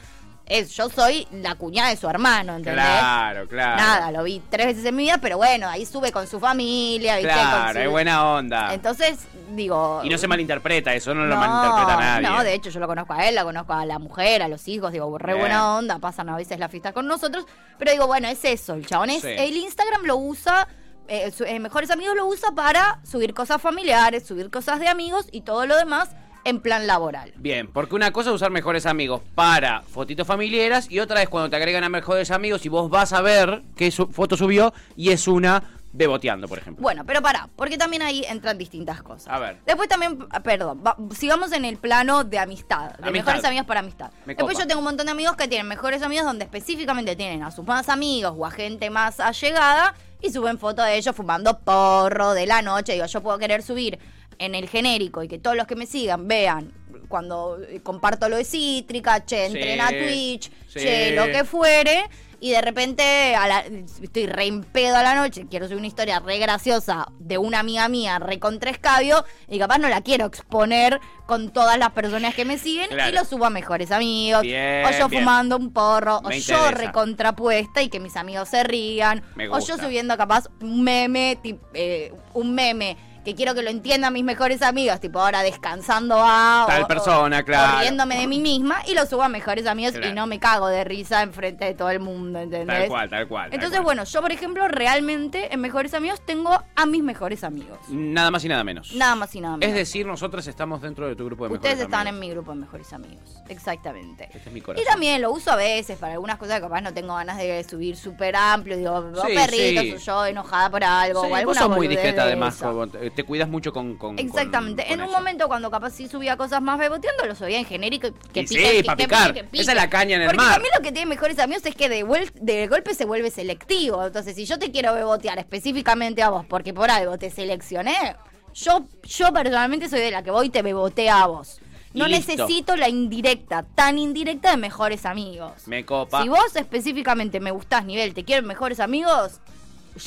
Es, yo soy la cuñada de su hermano, ¿entendés?
Claro, claro.
Nada, lo vi tres veces en mi vida, pero bueno, ahí sube con su familia, ¿viste? Con
Claro,
su-
hay buena onda.
Entonces, digo...
y no se malinterpreta eso, no, lo malinterpreta nadie.
No, de hecho yo lo conozco a él, la conozco a la mujer, a los hijos, digo, re
Bien.
buena onda, pasan a veces la fiesta con nosotros, pero digo, bueno, es eso, el chabón es,
Sí.
el Instagram lo usa, eh, su- eh, mejores amigos lo usa para subir cosas familiares, subir cosas de amigos y todo lo demás en plan laboral.
Bien, porque una cosa es usar mejores amigos para fotitos familiares y otra es cuando te agregan a mejores amigos y vos vas a ver qué su- foto subió y es una de boteando, por ejemplo.
Bueno, pero pará, porque también ahí entran distintas cosas.
A ver.
Después también, ah, perdón, va- sigamos en el plano de amistad, de
Amistad.
mejores amigas para amistad.
Me
Después
copa.
yo tengo un montón de amigos que tienen mejores amigos donde específicamente tienen a sus más amigos o a gente más allegada y suben fotos de ellos fumando porro de la noche. Digo, yo puedo querer subir en el genérico y que todos los que me sigan vean cuando eh, comparto lo de Cítrica, che,
Sí.
entren a Twitch,
Sí.
che, lo que fuere. Y de repente a la- estoy re en pedo a la noche, quiero subir una historia re graciosa de una amiga mía, re contra escabio, y capaz no la quiero exponer con todas las personas que me siguen
Claro.
y lo subo a mejores amigos.
Bien,
o yo
bien.
fumando un porro, o
Me
yo
interesa.
recontrapuesta y que mis amigos se rían.
Me
O yo
gusta.
subiendo capaz un meme, tip- eh, un meme que quiero que lo entiendan mis mejores amigos, tipo ahora descansando a... o-
Tal
o-
persona, claro.
o riéndome de mí misma y lo subo a mejores amigos y
Claro.
no me cago de risa enfrente de todo el mundo, ¿entendés?
Tal cual, tal cual. tal
Entonces,
cual.
bueno, yo por ejemplo, realmente en Mejores Amigos tengo a mis mejores amigos.
Nada más y nada menos.
Nada más y nada menos.
Es decir, nosotros estamos dentro de tu grupo de mejores
Ustedes están en
amigos.
mi grupo de mejores amigos. Exactamente.
Este es mi corazón.
Y también lo uso a veces para algunas cosas que capaz no tengo ganas de subir súper amplio. Digo, oh,
Sí,
perrito,
sí.
soy yo enojada por algo.
Sí,
o alguna
vos sos muy
boludez
discreta
de
además,
esa.
como te te cuidas mucho con... con-
Exactamente.
con-
en
con
un
eso.
momento cuando capaz sí subía cosas más beboteando, lo subía en genérico que
Y
pique,
sí,
que
pa'
pique,
picar.
que pique.
Esa es la caña en el
Porque
mar.
también lo que tiene mejores amigos es que de, vuel- de golpe se vuelve selectivo. Entonces, si yo te quiero bebotear específicamente a vos porque por algo te seleccioné, yo, yo personalmente soy de la que voy y te bebotea a vos.
Y
No
listo.
necesito la indirecta, tan indirecta de mejores amigos.
Me copa.
Si vos específicamente me gustás, nivel, te quieren mejores amigos,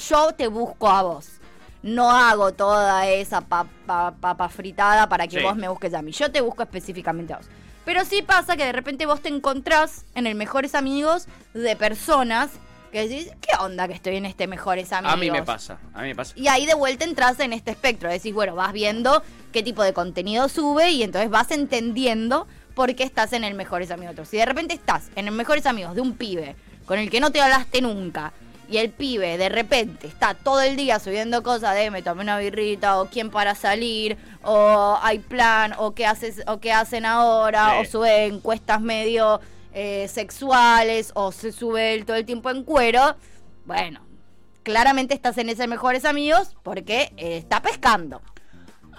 yo te busco a vos. No hago toda esa pa- pa- papa fritada para que
Sí.
vos me busques a mí. Yo te busco específicamente a vos. Pero sí pasa que de repente vos te encontrás en el mejores amigos de personas que decís, ¿qué onda que estoy en este mejores amigos?
A mí me pasa, a mí me pasa.
Y ahí de vuelta entras en este espectro. Decís, bueno, vas viendo qué tipo de contenido sube y entonces vas entendiendo por qué estás en el Mejores Amigos de otros. Si de repente estás en el Mejores Amigos de un pibe con el que no te hablaste nunca y el pibe de repente está todo el día subiendo cosas de me tomé una birrita o quién para salir o hay plan o qué haces o qué hacen ahora
Sí.
o sube encuestas medio eh, sexuales o se sube el- todo el tiempo en cuero. Bueno, claramente estás en ese mejores amigos porque eh, está pescando.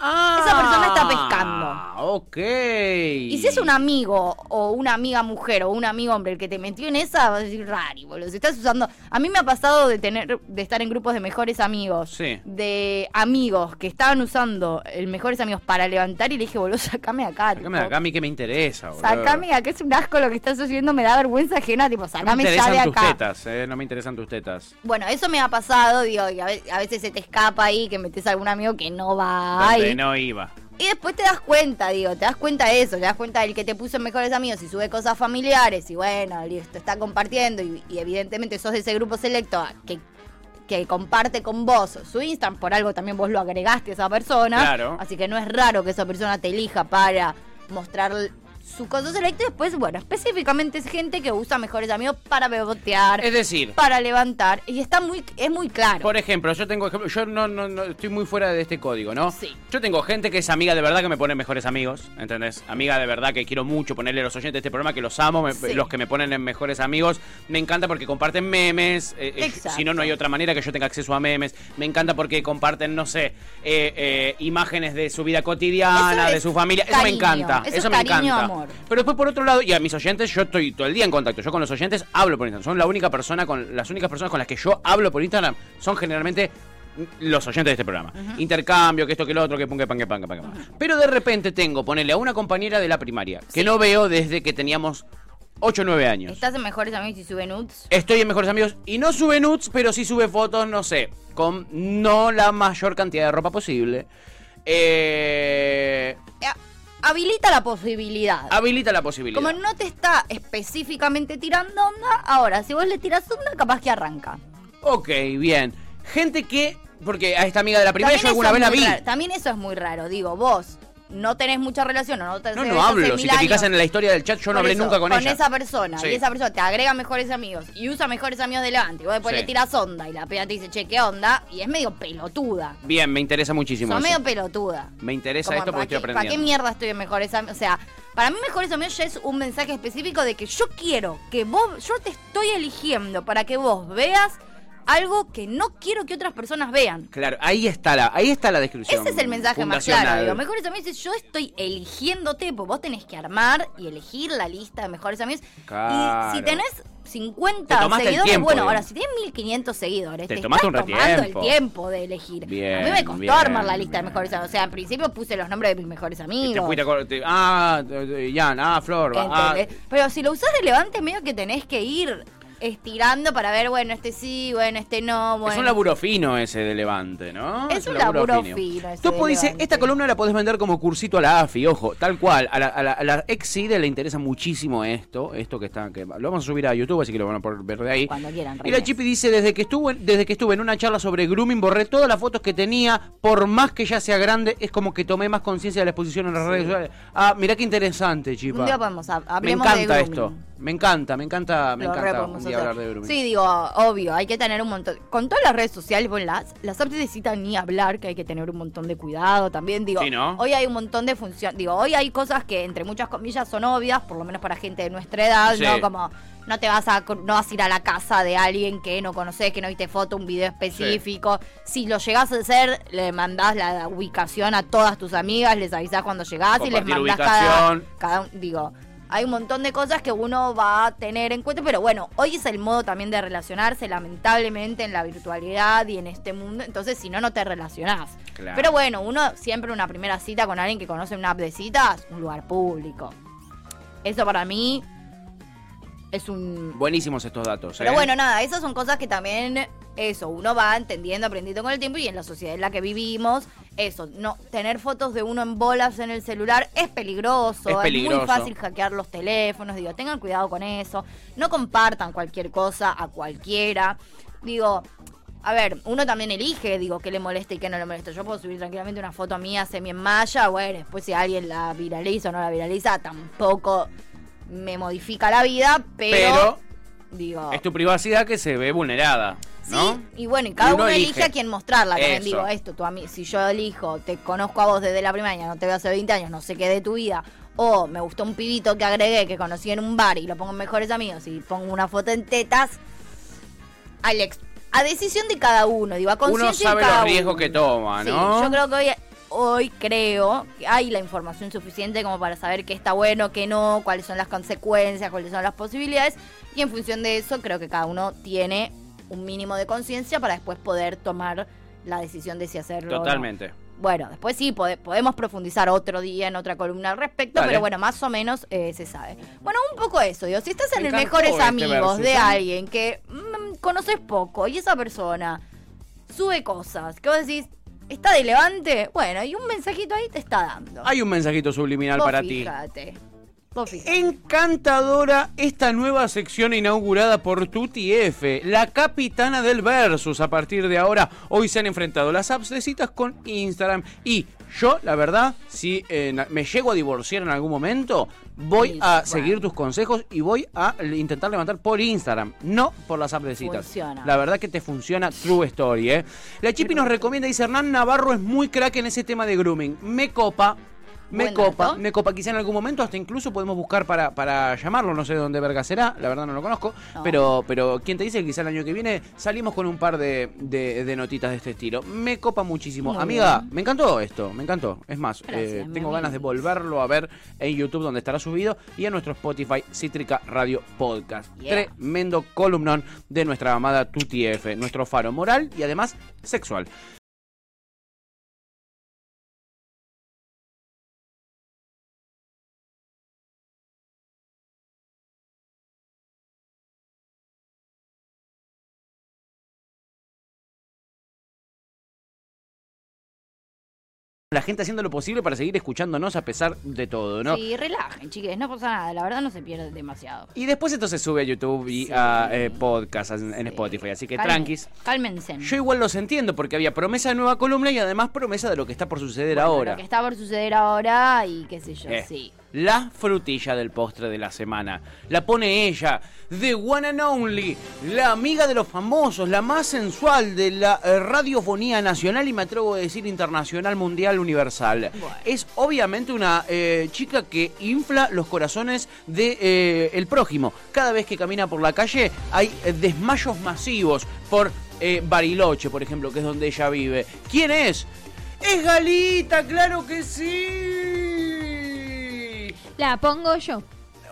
Esa persona está pescando.
Ah, Ok.
Y si es un amigo o una amiga mujer o un amigo hombre el que te metió en esa, vas a decir, rari, boludo. Si estás usando. A mí me ha pasado de tener de estar en grupos de mejores amigos.
Sí.
De amigos que estaban usando el mejores amigos para levantar y le dije, boludo, sacame de acá.
Sácame
tipo,
de acá, a mí que me interesa, boludo.
Sacame de acá, es un asco lo que estás haciendo, me da vergüenza ajena, tipo,
No me
sacame ya
interesan
de
tus
acá.
tetas, eh, no me interesan tus tetas.
Bueno, eso me ha pasado, digo, y a ve- a veces se te escapa ahí que metes a algún amigo que no va.
Donde
ahí.
no iba.
Y después te das cuenta, digo, te das cuenta de eso, te das cuenta del que te puso en mejores amigos y sube cosas familiares y bueno, listo, está compartiendo y, y evidentemente sos de ese grupo selecto a- que, que comparte con vos su Instagram, por algo también vos lo agregaste a esa persona.
Claro.
Así que no es raro que esa persona te elija para mostrar su cosa selecta y después, bueno, específicamente es gente que usa mejores amigos para bebotear,
Es decir,
para levantar y está muy, es muy claro.
por ejemplo, yo tengo ejemplo, yo no, no, no, estoy muy fuera de este código, ¿no?
Sí.
Yo tengo gente que es amiga de verdad que me pone mejores amigos, ¿entendés? Amiga de verdad que quiero mucho ponerle a los oyentes de este programa que los amo, me-
Sí.
los que me ponen en mejores amigos, me encanta porque comparten memes, eh, eh,
Exacto.
si no no hay otra manera que yo tenga acceso a memes, me encanta porque comparten no sé, eh, eh, imágenes de su vida cotidiana,
Eso
de
es
su familia, eso me
cariño,
encanta, eso,
eso es
me
cariño,
encanta.
amor.
Pero después por otro lado, y a mis oyentes, yo estoy todo el día en contacto. Yo con los oyentes hablo por Instagram. Son la única persona con las únicas personas con las que yo hablo por Instagram son generalmente los oyentes de este programa. Intercambio, que esto, que lo otro, que pum, que pan, que pan, que pan, que pan. Pero de repente tengo, ponele a una compañera de la primaria, que no veo desde que teníamos 8 o 9 años.
Estás en mejores amigos y sube nudes.
Estoy en Mejores Amigos y no sube nudes, pero sí sube fotos, no sé, con no la mayor cantidad de ropa posible. Eh,
Eh, Habilita la posibilidad.
habilita la posibilidad.
Como no te está específicamente tirando onda, ahora si vos le tiras onda, capaz que arranca.
Ok, bien. Gente que. Porque a esta amiga de la primera yo
eso
alguna
es
vez la
muy
vi.
raro, también eso es muy raro. Digo, vos no tenés mucha relación o no te
No,
tenés
no hablo.
hace
Si
mil
te fijas
años
en la historia del chat, yo no
por
hablé
eso,
nunca con, ella.
esa persona.
Sí.
Y esa persona te agrega mejores amigos y usa mejores amigos delante. Y vos después
Sí.
le tiras onda y la pena te dice, che, ¿qué onda? Y es medio pelotuda.
Bien, me interesa muchísimo.
Son
eso.
medio pelotuda.
Me interesa
Como,
esto porque estoy
¿para qué- ¿Para qué
aprendiendo.
mierda estoy en mejores amigos? O sea, para mí mejores amigos ya es un mensaje específico de que yo quiero que vos, yo te estoy eligiendo para que vos veas algo que no quiero que otras personas vean.
Claro, ahí está la, ahí está la descripción.
Ese es el mensaje más claro.
fundacional.
Digo, mejores amigos es yo estoy eligiéndote, pues vos tenés que armar y elegir la lista de mejores amigos.
Claro.
Y si tenés
Te
50
tomaste el
seguidores,
tiempo,
bueno, ahora
digamos.
si tenés 1500 seguidores,
Te
te,
tomaste
estás
un
tomando
retiempo.
el tiempo de elegir. a mí
Bien,
me costó
bien,
armar la lista
bien.
de mejores amigos. O sea, en principio puse los nombres de mis
Y
mejores
te
amigos.
fuiste a cor- te- ah, eh, Jan, ah, Flor, ah,
¿entendés? Pero si lo usás relevante, medio que tenés que ir estirando para ver, bueno, este sí, bueno, este no, bueno.
Es un laburo fino ese de Levante, ¿no?
Es un laburo fino ese
Topo
de
dice,
Levante.
eh, esta columna la podés vender como cursito a la AFI, ojo, tal cual. A la, a la- a la ex IDE le interesa muchísimo esto, esto que está, que lo vamos a subir a YouTube, así que lo van a poder ver de ahí.
Cuando quieran,
Y la
reyes.
Chipi dice, desde que, estuve, desde que estuve en una charla sobre grooming, borré todas las fotos que tenía, por más que ya sea grande, es como que tomé más conciencia de la exposición en las redes sociales. Ah, mirá qué interesante, Chipa.
Un día podemos hab-
Me
hablemos de
encanta
grooming.
esto, me encanta, me encanta, me
Lo re
encanta un
podemos
día
hacer.
hablar de grooming.
Sí, digo, obvio, hay que tener un montón. Con todas las redes sociales, vos las, las apps necesitan ni hablar, que hay que tener un montón de cuidado también. Digo,
Sí, ¿no?
hoy hay un montón de funciones. Digo, hoy hay cosas que, entre muchas comillas, son obvias, por lo menos para gente de nuestra edad,
Sí.
¿no? Como no te vas a no vas a ir a la casa de alguien que no conoces, que no viste foto, un video específico. Si lo llegás a hacer, le mandás la ubicación a todas tus amigas, les avisás cuando llegás y les
Compartir
mandás cada,
ubicación.
cada un- digo, hay un montón de cosas que uno va a tener en cuenta, pero bueno, hoy es el modo también de relacionarse, lamentablemente, en la virtualidad y en este mundo, entonces si no, no te relacionás.
Claro.
Pero bueno, uno siempre una primera cita con alguien que conoce una app de citas, un lugar público. Eso para mí es un...
Buenísimos estos datos.
Pero
¿eh?
bueno, nada, esas son cosas que también, eso, uno va entendiendo, aprendiendo con el tiempo y en la sociedad en la que vivimos, eso, no, tener fotos de uno en bolas en el celular es peligroso,
Es peligroso.
muy fácil hackear los teléfonos, digo, tengan cuidado con eso, no compartan cualquier cosa a cualquiera, digo... A ver, uno también elige, digo, qué le molesta y qué no le molesta. Yo puedo subir tranquilamente una foto mía semi en malla, bueno, después si alguien la viraliza o no la viraliza, tampoco me modifica la vida,
Pero-
pero, digo,
Es tu privacidad que se ve vulnerada,
Sí,
¿no?
y bueno, y cada
Y uno
uno, elige.
elige.
a quién mostrarla. También
Eso.
digo esto, tú a mí, si yo elijo, te conozco a vos desde la primaria, no te veo hace 20 años, no sé qué de tu vida, o me gustó un pibito que agregué, que conocí en un bar y lo pongo en mejores amigos y pongo una foto en tetas, Alex, a decisión de cada uno, digo, a
Uno
conciencia de
sabe
cada
los riesgos
uno.
que toma,
Sí,
¿no?
yo creo que hoy, hoy creo que hay la información suficiente como para saber qué está bueno, qué no, cuáles son las consecuencias, cuáles son las posibilidades. Y en función de eso, creo que cada uno tiene un mínimo de conciencia para después poder tomar la decisión de si hacerlo. o no.
Totalmente.
Bueno, después sí, pode- podemos profundizar otro día en otra columna al respecto,
Dale.
pero bueno, más o menos eh, se sabe. Bueno, un poco eso, digo, si estás en
Me
el
encantó
mejores
este
amigos
verso,
de
¿sí?
alguien que mm, conoces poco y esa persona sube cosas que vos decís, está de levante, bueno, y un mensajito ahí te está dando.
Hay un mensajito subliminal
Vos
para
fíjate. Vos
ti.
fíjate.
Encantadora esta nueva sección inaugurada por Tuti F, la capitana del versus. A partir de ahora, hoy se han enfrentado las apps de citas con Instagram. Y yo, la verdad, si eh, na- me llego a divorciar en algún momento, voy a
Instagram.
seguir tus consejos y voy a le- intentar levantar por Instagram, no por las apps de citas.
Funciona.
La verdad que te funciona True Story, ¿eh? La Chipi nos recomienda, dice Hernán Navarro es muy crack en ese tema de grooming. Me copa, me
Buen
copa,
dato.
me copa. Quizá en algún momento hasta incluso podemos buscar para, para llamarlo, no sé dónde verga será, la verdad no lo conozco.
No.
Pero, pero quién te dice que quizá el año que viene salimos con un par de, de- de notitas de este estilo. Me copa muchísimo.
Muy
Amiga,
bien.
me encantó esto, me encantó. Es más,
Gracias,
eh,
mi
tengo
amiga.
ganas de volverlo a ver en YouTube donde estará subido y en nuestro Spotify Cítrica Radio Podcast.
Yeah.
Tremendo columnón de nuestra amada Tuti F, nuestro faro moral y además sexual. la gente haciendo lo posible para seguir escuchándonos a pesar de todo, ¿no?
Sí, relajen, chiques, no pasa nada, la verdad no se pierde demasiado.
Y después esto se sube a YouTube y
Sí.
a eh, podcast en, en
Sí.
Spotify, así que
Calmen-
tranquis.
Cálmense.
Yo igual los entiendo porque había promesa de nueva columna y además promesa de lo que está por suceder
Bueno,
ahora.
Lo que está por suceder ahora y qué sé yo,
Eh,
sí.
La frutilla del postre de la semana. La pone ella, The One and Only, la amiga de los famosos, la más sensual de la eh, radiofonía nacional y me atrevo a decir internacional, mundial, universal.
Bueno.
Es obviamente una eh, chica que infla los corazones de eh, el prójimo. Cada vez que camina por la calle hay eh, desmayos masivos por eh, Bariloche, por ejemplo, que es donde ella vive. ¿Quién es? Es Galita, claro que sí.
La pongo yo.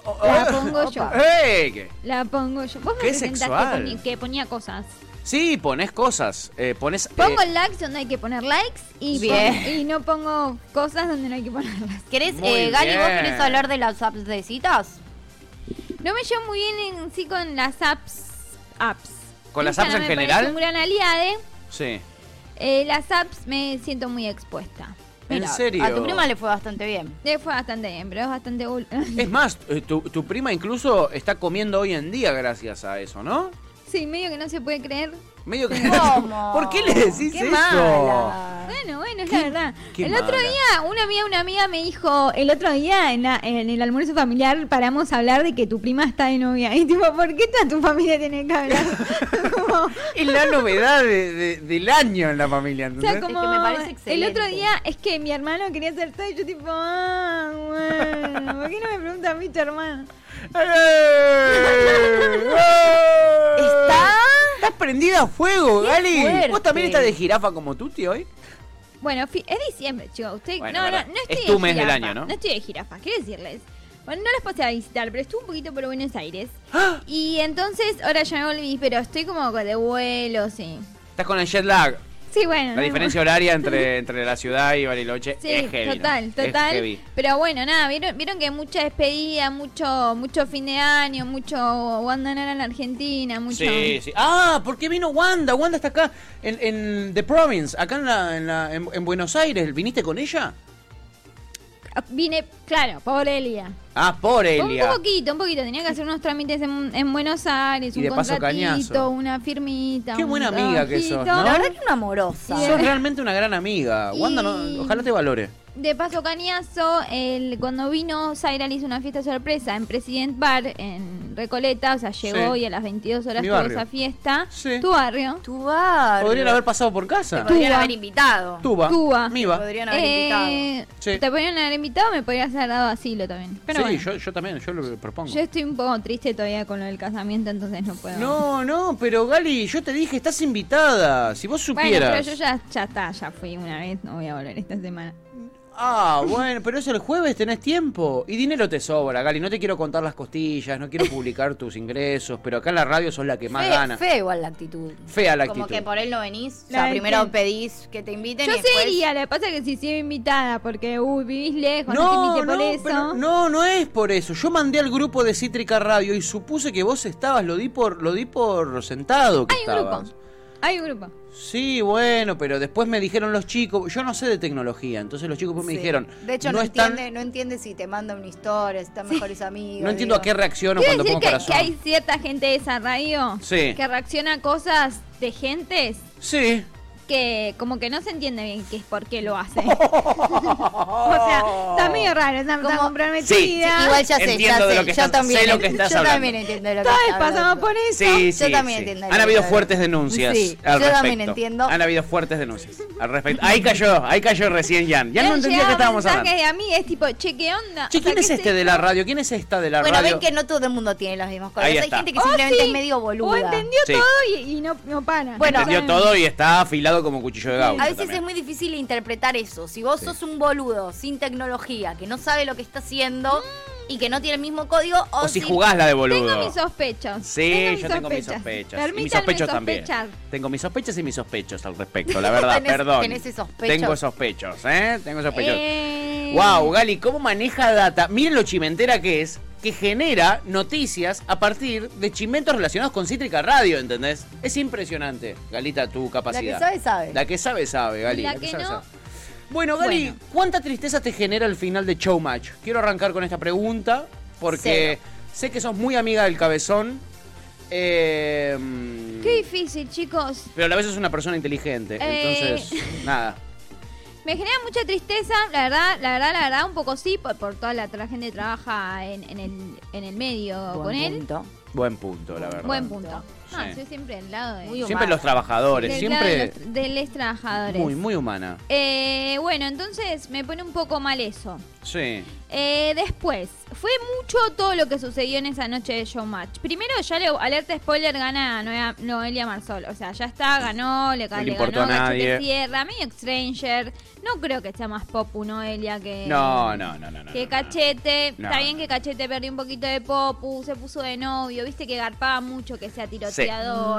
Oh,
La
oh,
pongo
opa.
yo.
¡Eh! ¿qué?
La pongo yo. Vos me
Qué
presentaste
sexual. Eh.
poni- que ponía cosas.
Sí, pones cosas. eh, pones. eh,
Pongo likes donde hay que poner likes y,
Bien.
pon- y no pongo cosas donde no hay que ponerlas.
¿Querés,
Muy
eh, Gali, vos
bien.
querés hablar de las apps de citas?
No me llevo muy bien en sí con las apps. apps.
¿Con las
Instagram
apps en
me parece
general?
Un gran aliade.
Sí.
Eh, las apps me siento muy expuesta.
¿En
Mira,
serio?
A tu prima le fue bastante bien.
Eh, fue bastante bien, pero es bastante... ul- *laughs*
Es más, eh, tu, tu prima incluso está comiendo hoy en día gracias a eso, ¿no?
sí, medio que no se puede creer.
Medio que.
¿Cómo?
*laughs* ¿Por qué le decís
Qué
eso?
mala.
Bueno, bueno, es la verdad.
qué
El otro
mala.
día, una amiga, una amiga me dijo, el otro día en, la- en el almuerzo familiar paramos a hablar de que tu prima está de novia. *laughs* Y tipo, ¿por qué toda tu familia tiene
*laughs*
que hablar? Como-
Es la novedad de- de- del año en la familia,
o sea,
¿entendés?
como
que me parece
el
excelente.
otro día es que mi hermano quería hacer todo y yo tipo, ah, bueno, ¿por qué no me preguntas a mí tu hermano?
¡Eh! ¿Está? Estás prendida a fuego, Gali. ¿Vos
fuerte.
también estás de jirafa como tú, tío, hoy?
Bueno, fi- es diciembre, chicos. Usted,
Bueno,
no, no,
verdad.
no estoy
Es tu
de
mes del
jirafa,
año, ¿no?
No estoy de jirafa, quiero decirles. Bueno, no las pasé a visitar, pero estuve un poquito por Buenos Aires.
¡Ah!
Y entonces, ahora ya me volví, pero estoy como de vuelo, sí.
Estás con el jet lag.
Sí, bueno.
La
no-
diferencia horaria
*laughs*
entre, entre la ciudad y Bariloche
Sí,
es heavy. ¿no?
total,
Es
total.
heavy.
Pero bueno, nada, vieron, vieron que hay mucha despedida, mucho mucho fin de año, mucho guandanar en la Argentina, mucho...
Sí, sí. Ah, ¿por qué vino Wanda? Wanda está acá en, en The Province, acá en, la- en, la- en- en Buenos Aires. ¿Viniste con ella?
Ah, Vine, claro, por Elia.
Ah, por
Un,
Elia.
poquito, un poquito. Tenía que hacer unos trámites en, en Buenos Aires,
Y
un
de paso cañazo.
contratito, una firmita.
Qué
un
buena amiga que sos,
trabajito.
¿no?
La verdad que una amorosa.
Sí.
Sos realmente una gran amiga.
Y-
Wanda, no- ojalá te valore.
De paso cañazo, el, cuando vino Zaira le hizo una fiesta sorpresa en President Bar, en Recoleta, o sea, llegó
Sí.
y a las 22 horas
Mi
tuvo
barrio.
esa fiesta.
Sí.
Tu barrio.
Tu bar.
Podrían haber pasado por casa.
Tú-
Podrían
Tuba.
haber invitado.
Tuba.
Tuba.
Miva.
Podrían haber invitado.
Eh,
Sí.
Te podrían haber invitado, me podrías haber dado asilo también. Pero
sí,
bueno,
yo, yo también, yo lo propongo.
yo estoy un poco triste todavía con lo del casamiento, entonces no puedo.
No, no, pero Gali, yo te dije, estás invitada. Si vos
bueno,
supieras.
pero yo ya, ya está, ya fui una vez, no voy a volver esta semana.
Ah, bueno, pero es el jueves, tenés tiempo. Y dinero te sobra, Gali. No te quiero contar las costillas,
*laughs*
no quiero publicar tus ingresos, pero acá en la radio sos la que más
Fe-
gana.
Fea igual la actitud.
Fea la
Como
actitud.
que por él no venís. O
La
sea,
de
primero
quién.
pedís que te inviten
Yo
y después...
sería, lo que pasa es que si sigo invitada, porque uy, vivís lejos, no,
No,
te invité
no,
por eso.
pero no, no es por eso. Yo mandé al grupo de Cítrica Radio y supuse que vos estabas, lo di por, lo di por sentado que
Hay un
estabas.
grupo. Hay un grupo.
Sí, bueno, pero después me dijeron los chicos, yo no sé de tecnología, entonces los chicos pues me
Sí.
dijeron,
De hecho, no,
no, están,
entiende, no entiende si te manda una historia, si están mejores amigos.
no entiendo a qué
digo.
reacciono
Quiero
cuando
decir
pongo
que,
corazón.
que hay cierta gente de esa radio
Sí.
que reacciona a cosas de gentes
Sí.
que como que no se entiende bien qué es por qué lo hace. *laughs* o sea, está medio raro, está, está
Como-
comprometida.
Igual ya sé,
Entiendo
ya
de
sé.
lo que
yo
estás-
también,
sé lo que estás
yo
hablando.
también entiendo lo que
Todos
estás
pasamos
hablando.
por eso.
Sí,
Yo
sí,
también
sí.
entiendo lo
Han
que
habido
está
fuertes
hablando.
denuncias.
Sí,
al
yo
respecto.
también entiendo.
Han habido fuertes denuncias al respecto. Ahí cayó, ahí cayó recién Jan. Ya
Me
no
han
entendía
llegado
que estábamos
mensajes
hablando.
de a mí es tipo, che, ¿qué onda?
Che,
O sea,
¿quién es
¿qué
este
sé
de
yo?
la radio? ¿Quién es esta de la
Bueno,
radio?
ven que no todo el mundo tiene las mismas cosas.
Ahí
Hay
está.
gente que
Oh,
simplemente
sí.
es medio
O
boluda.
entendió
Sí.
todo y, y no, no para.
Bueno,
Entendió todo y está afilado como cuchillo de gaucho
A veces
también.
es muy difícil interpretar eso. Si vos sos un boludo sin tecnología, que no sabe lo que está haciendo y que no tiene el mismo código, o,
O si jugás la de boludo.
Tengo mis sospechos.
Sí, yo tengo mis sospechas. Y mis sospechos también.
sospechar.
Tengo mis sospechas y mis sospechos al respecto,
*laughs*
la verdad,
Tenés-
perdón.
tenés esos sospechos.
Tengo sospechos, ¿eh? Tengo sospechos.
Eh,
Wow, Gali, ¿cómo maneja data? Miren lo chimentera que es, que genera noticias a partir de chimentos relacionados con Cítrica Radio, ¿entendés? Es impresionante, Galita, tu
La
capacidad.
que sabe, sabe.
La que sabe, sabe, Gali.
La que
sabe,
no.
sabe. Bueno, Gali,
Bueno.
¿cuánta tristeza te genera el final de Showmatch? Quiero arrancar con esta pregunta porque sé que sos muy amiga del cabezón. eh,
Qué difícil, chicos.
pero a la vez es una persona inteligente,
Eh. *laughs*
entonces nada.
Me genera mucha tristeza, la verdad, la verdad, la verdad, un poco sí, por, por toda la, la gente que trabaja en, en el, en el medio con
Buen
él.
punto.
Buen punto, la verdad.
Buen punto. No,
Sí.
yo siempre del lado de,
Muy
del
Siempre los trabajadores,
lado de
siempre
los, tra- de los trabajadores.
muy muy humana.
Eh, bueno, entonces me pone un poco mal eso.
Sí.
Eh, después, fue mucho todo lo que sucedió en esa noche de Showmatch. Primero, ya le alerta spoiler, gana Noea- Noelia Marsol. O sea, ya está, ganó, le,
No le
le
importó
ganó
a nadie.
Cachete Sierra, medio Stranger. No creo que sea más popu Noelia que...
No, no, no, no, no. no,
Que
no.
Cachete,
No.
está bien que Cachete perdió un poquito de popu, se puso de novio, viste que garpaba mucho que sea tiroteador,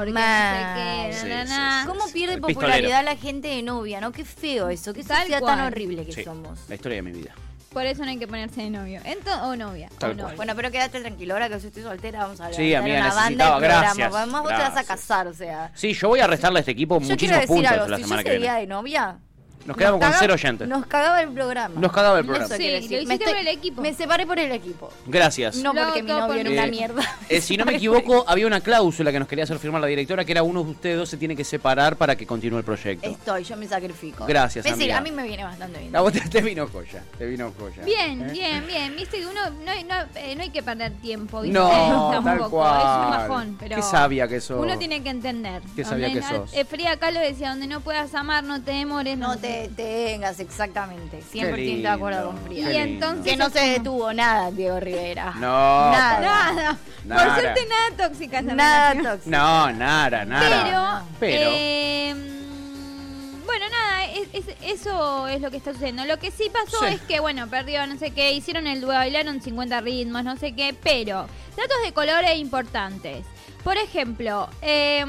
que no
Mal.
sé
Sí, sí,
qué, na, na, na.
sí.
ah, ¿Cómo pierde
El
popularidad la gente de novia, no? Qué feo eso, qué
Tal
sociedad
cual.
tan horrible que
Sí,
somos.
La historia de mi vida.
Por eso no hay que ponerse de novio. Ento- o novia.
Tal
o novio.
cual.
Bueno, pero quédate tranquilo, ahora que yo estoy soltera vamos a
Sí,
levantar
amiga,
una banda
necesitaba,
de programa.
gracias,
Además vos te vas a
gracias.
casar, o sea.
Sí, yo voy a restarle a este equipo
Yo quiero
muchísimos
decir
puntos
algo,
la
si yo
semana que
sería
viene.
de novia...
Nos quedamos con
caga-
cero oyentes.
Nos cagaba el programa.
Nos cagaba el programa.
Eso
Sí,
quiero decir.
lo
Me
hiciste por el equipo.
Me separé por el equipo.
Gracias.
No porque mi
Loco
novio era
por mí.
una
Eh,
mierda.
eh, si no me equivoco, *laughs* había una cláusula que nos quería hacer firmar la directora, que era uno de ustedes dos se tiene que separar para que continúe el proyecto.
*laughs* Estoy, yo me sacrifico.
Gracias,
Es decir,
amiga.
a mí me viene bastante bien.
A vos te, *laughs* te vino joya, te vino joya.
Bien,
¿Eh?
bien, bien. Viste que uno no, hay- no, eh, no hay que perder tiempo. ¿viste? *laughs*
No,
Tampoco.
tal cual.
Es un bajón, pero.
Qué sabia que sos.
Uno tiene que entender.
Qué sabia
Donde
que
no-
sos.
eh, Frida Kahlo decía: donde no puedas amar, no te demores.
No te tengas, exactamente.
Qué
100% de
lindo,
acuerdo con
qué
Y
Frida.
lindo.
entonces-
Que no se detuvo nada, Diego Rivera.
No,
Nada.
para-
Nada.
Nada.
Por suerte, nada tóxica. esa
Nada
relación.
tóxico.
No, nada, nada.
Pero.
Pero.
eh, mm, bueno, nada, es- es- eso es lo que está sucediendo. Lo que sí pasó
Sí.
es que, bueno, perdió, no sé qué, hicieron el duelo, bailaron 50 ritmos, no sé qué, pero datos de colores importantes. Por ejemplo, eh,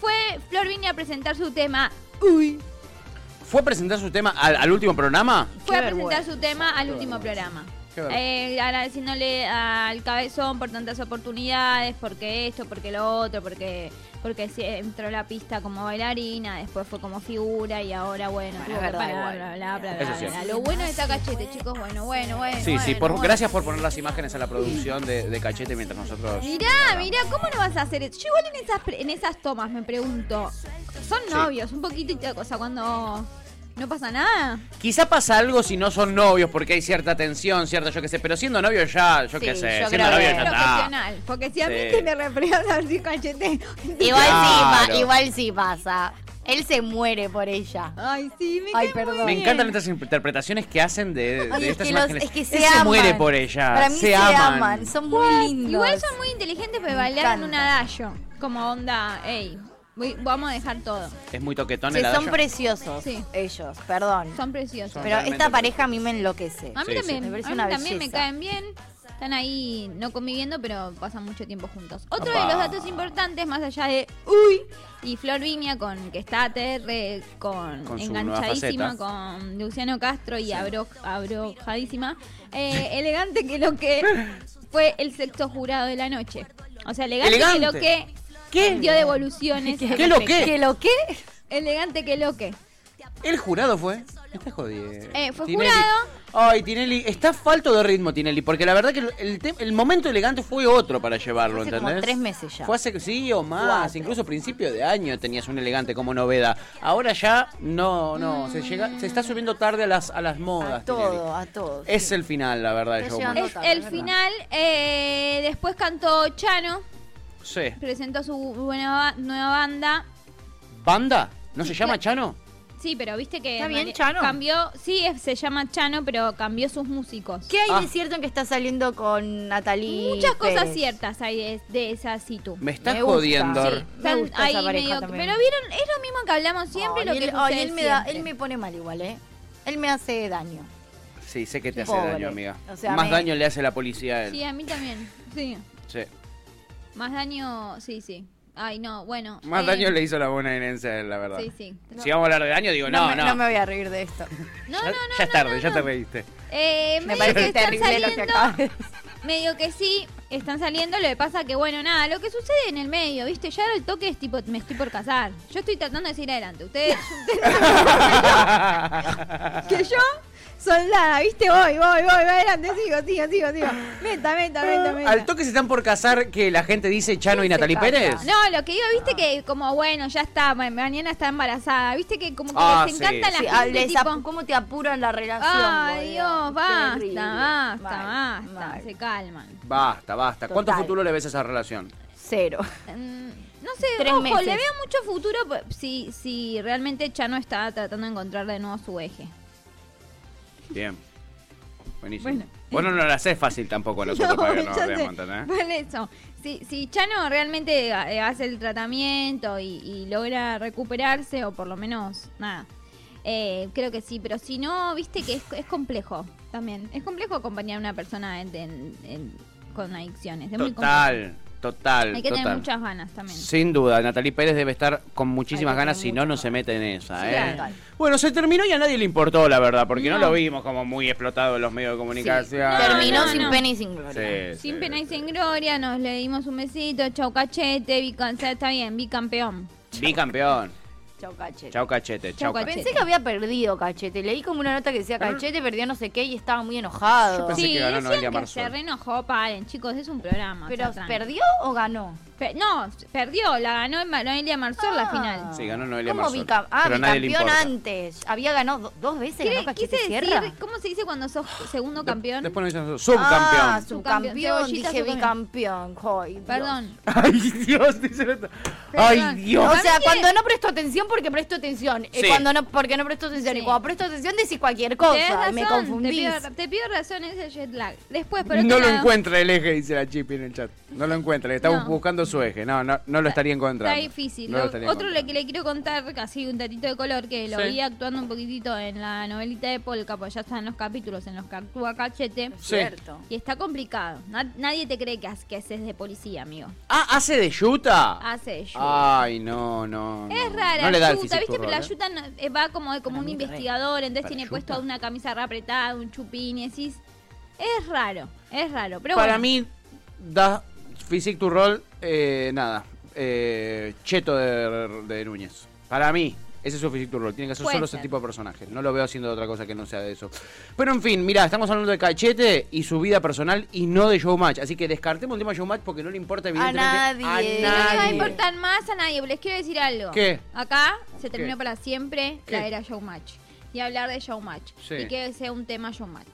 fue Flor Vini a presentar su tema. Uy.
¿Fue a presentar su tema al, al último programa?
Fue
Qué
a presentar
vergüenza,
su tema al último programa.
Qué vergüenza.
Eh, agradeciéndole al cabezón por tantas oportunidades, porque esto, porque lo otro, porque porque sí, entró a la pista como bailarina, después fue como figura y ahora bueno,
Bueno,
tuvo
es
que
verdad,
parar,
igual.
bla, bla, bla,
Eso
bla,
sí.
bla. Lo bueno de esta cachete, chicos, bueno, bueno, bueno.
Sí, sí,
bueno,
por,
bueno.
gracias por poner las imágenes a la producción de, de cachete mientras nosotros.
Mirá, mirá, ¿cómo no vas a hacer eso? Yo igual en esas, pre- en esas tomas me pregunto, son novios, un poquito, o sea, cuando no pasa nada.
Quizá pasa algo si no son novios, porque hay cierta tensión, cierta, yo qué sé, pero siendo novios ya, yo qué
Sí,
sé,
yo
siendo
creo
novios
que-
ya está.
profesional. Porque si a mí
Sí.
te me refregas así cachete.
Igual, sí,
Claro.
pa- igual sí pasa. Él se muere por ella.
Ay, sí, me
Ay,
cae muy
perdón.
Me
bien.
encantan estas interpretaciones que hacen de, de
Ay, es
estas
que los-
imágenes.
es que
Él
se
se
aman.
muere por ella,
Para mí
se, aman.
Son muy lindos.
Igual son muy inteligentes, pero bailaron un
encanta.
adagio. Como onda, ey, voy- vamos a dejar todo.
Es muy toquetón
Sí,
el
son
adagio.
preciosos
Sí.
ellos, perdón.
Son preciosos.
Son-
Pero esta
realmente
pareja a mí me enloquece.
a mí
Sí,
también,
sí. Me parece
a mí
una
también me
belleza.
caen bien. Están ahí no conviviendo, pero pasan mucho tiempo juntos. Otro
Apa.
de los datos importantes, más allá de Uy y Flor Viña, con, que está ATR, con,
Con su nueva faceta.
enganchadísima con Luciano Castro y abro, abrojadísima, eh, elegante que lo que fue el sexto jurado de la noche. O sea, elegante, que lo
Elegante.
que dio
*laughs*
devoluciones.
¿Qué lo qué?
¿Que lo qué?
Elegante que lo que.
El jurado fue. Me estás jodiendo.
Eh, fue
Tinelli.
jurado.
Ay, Tinelli, está falto de ritmo, Tinelli, porque la verdad que el, el tem- el momento elegante fue otro para llevarlo,
Hace como
¿entendés?
tres meses ya.
Fue hace, sí, o más,
Cuatro.
incluso principio de año tenías un elegante como novedad. Ahora ya, no, no, se llega, se está subiendo tarde a las, a las modas. Tinelli.
A todo, a todo.
Es el final, la verdad,
Está
yo.
llegando-
Es el final. eh, después cantó Chano,
Sí.
presentó su buena ba- nueva banda.
¿Banda? ¿No se llama Chano?
Sí, pero viste que.
¿Está bien,
Mari-
Chano?
Cambió. Sí, es- se llama Chano, pero cambió sus músicos.
¿Qué hay
Ah.
de cierto en que está saliendo con Natalie?
Muchas cosas
Pérez?
ciertas hay de, de esa situ.
Me estás
Me gusta.
jodiendo.
Sí. Me
Están
gusta esa
ahí
pareja
medio-
también.
Pero vieron, es lo mismo que hablamos siempre,
Ay,
lo que
él, ay,
sucede
él me da-
siempre.
él me pone mal igual, ¿eh? Él me hace daño.
Sí, sé que te hace
Pobre.
daño, amiga.
O sea,
Más
me-
daño le hace la policía a él.
Sí, a mí también. Sí.
Sí.
Más daño. Sí, sí. Ay, no, bueno.
Más
eh,
daño le hizo la bonaerense, a él, la verdad.
Sí, sí.
Si vamos a hablar de daño, digo, no,
me,
no.
me voy a reír de esto.
No,
ya,
no, no.
ya es
no,
tarde,
no,
ya te
no. *laughs*
reíste.
Eh,
Me
medio
parece
que están
terrible lo que
saliendo-
acabas de decir.
medio que sí, están saliendo, lo que pasa que, bueno, nada, lo que sucede en el medio, ¿viste? Ya ahora el toque es tipo, me estoy por casar. Yo estoy tratando de seguir adelante. Ustedes, que yo, soldada, ¿viste? Voy, voy, voy, voy adelante, sigo, sigo, sigo, sigo. Meta, meta, meta, meta.
Ah, Al toque se están por casar que la gente dice Chano y
¿Qué se
Natalie
pasa?
Pérez.
No, lo que digo, viste que como, bueno, ya está, ma- mañana está embarazada. Viste que como que
Ah,
les
sí.
encanta
Sí,
la
ah,
gente,
les
tipo,
ap- ¿Cómo te apuran la relación?
Ay,
boludo?
Dios, basta,
Terrible. Mal,
basta, basta.
mal.
Se calman.
Basta, basta. ¿Cuánto
Total.
futuro le ves a esa relación?
Cero.
Mm, No sé,
Tres
ojo,
meses.
le veo mucho futuro p- si, si realmente Chano está tratando de encontrar de nuevo su eje.
Bien. Buenísimo. Bueno,
Bueno.
no la haces fácil tampoco a
*laughs*
nosotros para que nos
ya sé.
veamos, ¿entendés?
Por eso, si, si Chano realmente eh, hace el tratamiento y, y logra recuperarse, o por lo menos, nada, eh, creo que sí, pero si no, viste que es, es complejo también. Es complejo acompañar a una persona en- en- en- con adicciones. Es muy complejo.
Total, total,
Hay que
total.
tener muchas ganas también.
Sin duda, Natalie Pérez debe estar con muchísimas
Hay que
ganas,
tener
si no,
muchas
no se mete en esa.
Sí,
¿eh?
total.
Bueno, se terminó y a nadie le importó, la verdad, porque no,
No.
lo vimos como muy explotado en los medios de comunicación.
No,
Ah,
Terminó
no,
sin
no.
pena y sin gloria.
Sí,
Sin
sí,
pena y
sí.
sin gloria, nos le dimos un besito, chau cachete, bicam- o sea, está bien, bicampeón.
Bicampeón.
Chau, cachete.
Chau cachete, chau
Chau, cachete.
cachete.
Pensé que había perdido cachete. Leí como una nota que decía cachete, perdió no sé qué y estaba muy enojado.
Yo pensé-
sí,
que ganó
decían
Noelia
que
Marzón.
se reenojó, paren, chicos, es un programa. o
¿Pero
sea, tranqui.
perdió o ganó?
Pe- no, perdió, la ganó Ma- Noelia Marzor
Ah.
la final.
Sí, ganó Noelia
¿Cómo
Marzón.
bicam- Ah,
Pero a nadie le
bicampeón
importa.
antes. Había ganado do- dos veces,
¿Qué-
ganó
quise
cachete
decir?
Sierra.
¿Cómo se dice cuando sos segundo campeón?
Después nos dicen
Ah,
subcampeón.
subcampeón,
Subcampeón, cebollita,
dije
subcampeón.
bicampeón. Ay, Dios.
Perdón.
Ay, Dios, dice Natalia. Ay,
Perdón.
Dios.
O
Para
sea,
mí que-
cuando no presto atención porque presto atención. Y
Sí.
cuando no, porque no presto atención.
Sí.
Y cuando presto atención decís cualquier
Tenés
cosa.
razón,
me
te
confundís.
pido, te pido razón, es el jet lag. Después, por otro
No lo
lado-
encuentra el eje, dice la Chipi en el chat. No lo encuentra, estamos
No.
buscando su eje. No, no, no lo estaría encontrando.
Está difícil.
No lo
Lo-
estaría
otro le- que
encontrando.
le quiero contar, casi un datito de color, que lo
Sí.
vi actuando un poquitito en la novelita de Polka, pues ya están los capítulos en los que actúa Cachete.
Sí.
Cierto.
Y está complicado. Na- nadie te cree que, has- que haces de policía, amigo.
Ah, ¿hace de Yuta?
Hace de Yuta.
Ay, no, no. no.
Es rara,
Ah. No le da el
Yuta,
físico
¿viste? Pero
rol,
la
¿eh?
Yuta no- eh, va como, de- como un
mí re.
investigador, entonces
Para
tiene
Yuta.
puesto una camisa re apretada, un chupín, y decís. Es raro, es raro. Pero
Para
bueno.
mí, da Physique tu rol, eh, nada. eh, cheto de, de Núñez. Para mí. Ese es su physique tu rol. Tiene que ser
Puede
solo
ser.
ese tipo de personaje. No lo veo haciendo otra cosa que no sea de eso. Pero en fin, mira, estamos hablando de Cachete y su vida personal y no de Showmatch. Así que descartemos el tema Showmatch porque no le importa evidentemente
nadie.
A
Eh, No les va a
nadie.
importar más a nadie, pero les quiero decir algo.
¿Qué?
Acá se terminó
¿Qué?
para siempre
¿Qué?
la era Showmatch. Y hablar de Showmatch.
Sí.
Y que sea un tema Showmatch.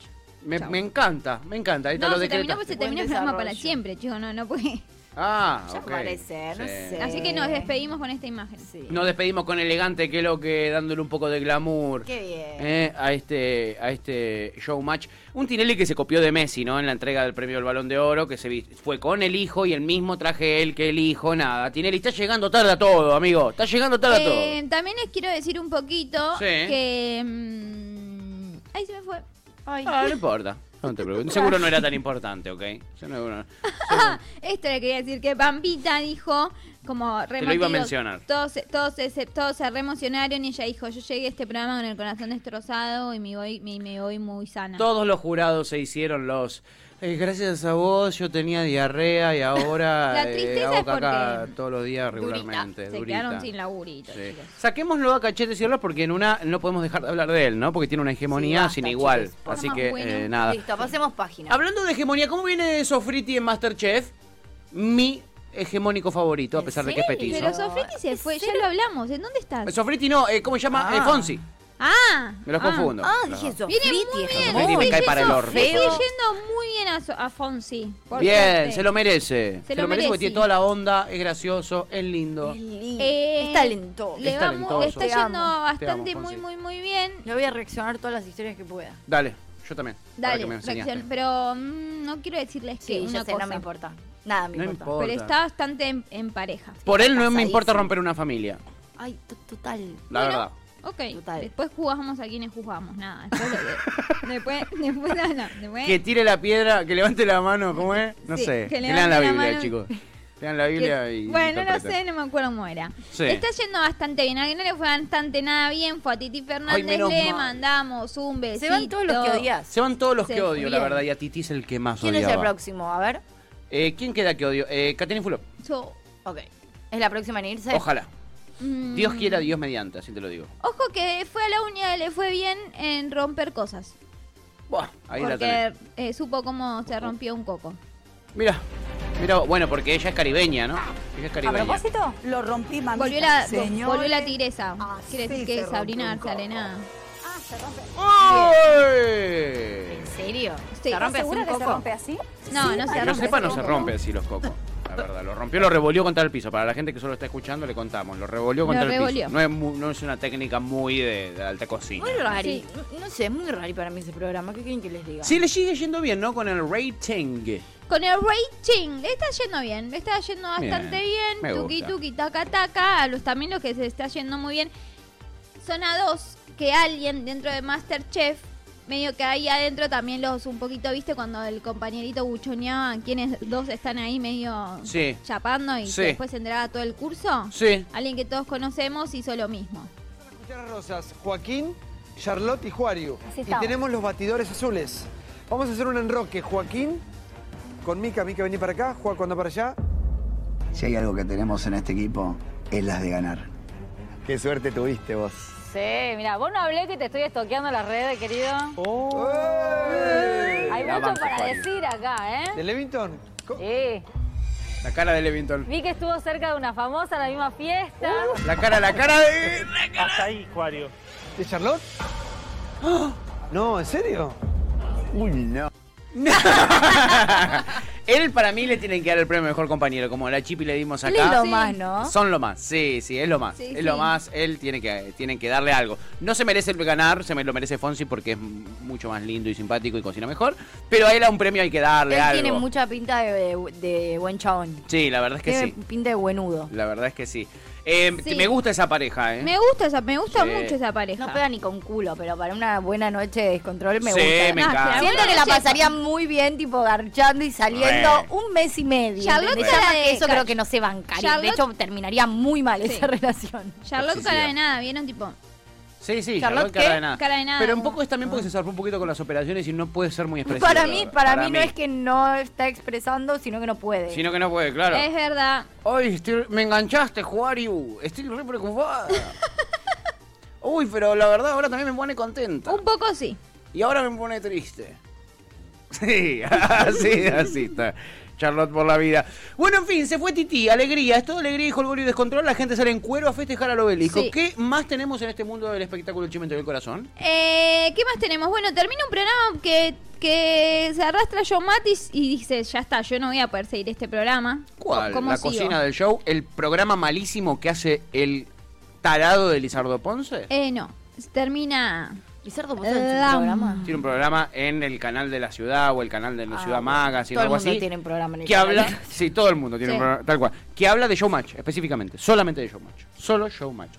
Me,
Chau.
me encanta, me encanta. Ahí está
No,
lo
se terminó, pues
decretaste.
se terminó el
Buen
programa para
desarrollo.
siempre, chicos. No, no puede.
Ah,
Ya
ok.
parece, no
Sí.
sé.
Así que nos despedimos con esta imagen.
Sí.
Nos despedimos con elegante, que lo que dándole un poco de glamour.
Qué bien.
eh, a este a este showmatch. Un Tinelli que se copió de Messi, ¿no? En la entrega del premio del Balón de Oro, que se vi- fue con el hijo y el mismo traje él que el hijo, nada. Tinelli, está llegando tarde a todo, amigo. Está llegando tarde a todo.
Eh, también les quiero decir un poquito
Sí.
que. mm, ahí se me fue.
Ay.
Ah, no importa. No te preocupes. Seguro no era tan importante, ¿ok? Seguro no.
Ah, esto le quería decir que Bambita dijo como re
lo iba a
metido,
mencionar.
Todos, se- todos, se- se- todos se reemocionaron y ella dijo, yo llegué a este programa con el corazón destrozado y me voy, me, me voy muy sana.
Todos los jurados se hicieron los. "Eh, gracias a vos, yo tenía diarrea y ahora
La
eh,
tristeza
hago
es porque-
caca todos los días
Durita.
regularmente.
Se
durita".
quedaron sin laburito,
Sí.
chicos.
Saquémoslo a Cachete Sierra porque en una no podemos dejar de hablar de él, ¿no? Porque tiene una hegemonía
Sí, basta,
sin igual.
chicos, por
Así
más
que
bueno.
eh, nada.
Listo, pasemos página.
Hablando de hegemonía, ¿cómo viene Sofriti en Masterchef? Mi hegemónico favorito, a
¿En
pesar de que es
serio?
petizo.
Pero Sofriti se
¿Es
fue, ya
cero?
lo hablamos, ¿en dónde estás?
Sofriti no, eh, ¿cómo se llama?
Ah.
Eh, Fonsi.
ah,
Me los
ah.
confundo.
Ah,
Los
dije
dos.
eso.
Viene
Friti,
muy bien,
Sofriti me
estoy
cae para el
yendo-
orto.
estoy
Feo.
yendo muy bien a, So- a Fonsi. por
Bien,
suerte.
se lo merece.
Se
Se,
lo
lo merece porque
merece.
tiene toda la onda, es gracioso, es lindo.
Es lindo.
Eh,
es talentoso.
Le,
Es
va mu- le
talentoso.
está
Te
yendo
amo,
te amo,
bastante muy,
Fonsi.
muy, muy bien.
Yo voy a reaccionar todas las historias que pueda.
Dale, yo también. ahora
Dale,
que me enseñaste.
reaccion- pero mm, no quiero decirles que
Sí,
una
ya sé,
cosa,
no me importa. Nada me
No
importa.
importa.
pero está bastante en, en pareja.
Por él no me importa
Casadísimo.
romper una familia,
Ay, to- total.
la
Bueno,
verdad.
Ok,
Total.
después jugamos a quienes jugamos, nada. Después,
*laughs*
lo- después, después, no, no, después-
Que tire la piedra, que levante la mano, ¿cómo es? No
¿Eh? Sí,
sé.
que
Que lean la
levante la
Biblia,
mano.
chicos. Lean la Biblia y.
bueno, no
interpreten.
sé, no me acuerdo cómo era.
Sí.
Está yendo bastante bien. A que no le fue bastante nada bien fue a Titi Fernández.
menos
le
mal.
mandamos un besito.
Se van todos los que odias.
Se van todos los
Se
que odio, la
frían.
verdad, y a Titi es el que más
¿Quién
odiaba.
es el próximo? A ver.
Eh, ¿Quién queda que odio? Eh, Caterina Fulop.
Yo,
Ok. ¿Es la próxima en irse?
Ojalá.
mm,
Dios quiera, Dios mediante, así te lo digo.
Ojo que fue a la única que le fue bien en romper cosas.
Buah, ahí la tenés.
porque eh, supo cómo se rompió un coco.
Mira, mira, bueno, porque ella es caribeña, ¿no? Ella es
A
caribeña.
propósito, lo rompí, mamita.
Volvió la,
Señores,
volvió la tigresa.
Ah,
así
Quiere decir
se
que
rompe
Sabrina
un coco.
Arzalena.
Ah, se rompe.
¡Ay!
¿En serio?
Sí,
¿Se rompe así
¿Segura
un
que se
coco?
rompe así?
No, no se
Que
rompe.
yo sepa, no se
coco.
rompe así los cocos. La verdad, lo rompió, lo revolvió contra el piso. Para la gente que solo está escuchando, le contamos. Lo revolvió
Lo
contra el
revolvió.
piso. No es, mu- no es una técnica muy de, de alta cocina.
Muy rari.
Sí.
No- No sé, es muy rari para mí ese programa. ¿Qué quieren que les diga?
Sí, le sigue yendo bien, ¿no? Con el rating.
Con el rating, le está yendo bien, le está yendo bastante
Bien, me
bien. tuki
gusta.
tuki, taca taca. A los también los que se está yendo muy bien. Son a dos que alguien dentro de Masterchef, medio que ahí adentro también los un poquito, viste, cuando el compañerito buchoneaba, quienes dos están ahí medio
Sí.
chapando y
Sí.
que después se entregaba todo el curso.
Sí.
Alguien que todos conocemos hizo lo mismo.
Gutiérrez Rosas, Joaquín, Charlotte y Juario.
Así
Y
estamos.
tenemos los batidores azules. Vamos a hacer un enroque. Joaquín con Mica. Mica, vení para acá. Juan, cuando para allá.
Si hay algo que tenemos en este equipo, es las de ganar.
Qué suerte tuviste vos.
Sí, mira, vos no hablé que te estoy estoqueando las redes, querido. Hay
La
mucho
banco,
para
Juan.
decir acá,
¡Eh! De
¿eh?
Levington. Co-
Sí.
La cara de Levington.
Vi que estuvo cerca de una famosa en la misma fiesta.
Uh,
La cara, la cara de.
Hasta ahí, Juario.
¿De Charlotte? ¡Ah! No, ¿en serio?
Uy, no.
Él para mí le tienen que dar el premio mejor compañero, como la Chipi le dimos
Él es
acá.
lo más, ¿no?
Son lo más, sí, sí, es lo más.
Sí,
es
sí.
lo más, él tiene que, tienen que darle algo. No se merece el ganar, se me lo merece Fonsi porque es m- mucho más lindo y simpático y cocina mejor. Pero a él a un premio hay que darle
Él
algo.
tiene mucha pinta de, de buen chabón.
Sí, la verdad es que
Tiene
sí.
pinta de buenudo.
La verdad es que sí. Eh,
Sí.
Me gusta esa pareja, ¿eh?
Me gusta esa, me gusta
Sí.
mucho esa pareja.
No pega ni con culo, pero para una buena noche de descontrol me
Sí,
gusta.
Eh, me
No,
encanta.
pero
Siento que la
Buena noche.
pasaría muy bien, tipo, garchando y saliendo
Re.
un mes y medio.
Charlotte
¿entendés?
era
Ya más
de
que eso
ca-
creo que no se bancaría. De
Charlotte-
hecho, terminaría muy mal
Sí.
esa *laughs* relación.
Charlotte cara de nada, vieron tipo
Sí, sí,
Charlotte,
Charlotte, cara
¿qué?
de nada.
cara de nada.
Pero un poco es también porque se zarpó un poquito con las operaciones y no puede ser muy expresivo.
Para mí, para, mí, no
mí.
es que no está expresando, sino que no puede.
Sino que no puede, claro.
Es verdad.
Ay, estoy- me enganchaste, Juario. Estoy re
*laughs*
preocupada. Uy, pero la verdad ahora también me pone contenta.
Un poco sí.
Y ahora me pone triste. *laughs* Sí, así, así está. Charlotte por la vida. Bueno, en fin, se fue Titi. Alegría. Es todo alegría y jolgorio y descontrol. La gente sale en cuero a festejar al obelisco.
Sí.
¿Qué más tenemos en este mundo del espectáculo Chimento del Corazón?
Eh, ¿Qué más tenemos? Bueno, termina un programa que, que se arrastra John Matis y dice, ya está, yo no voy a poder seguir este programa.
¿Cuál?
¿Cómo
La
sigo?
cocina del show. El programa malísimo que hace el tarado de Lizardo Ponce.
Eh, no. Termina...
Lizardo, ¿vos sabés su
Dam.
programa?
Tiene un programa en el canal de la ciudad o el canal de la
Ah,
ciudad
bueno.
Magazine o
Todo el
algo
mundo
así.
tiene un programa en el
que
canal.
habla, sí, todo el mundo tiene
Sí.
un programa, tal cual. Que habla de Showmatch, específicamente, solamente de Showmatch, solo Showmatch.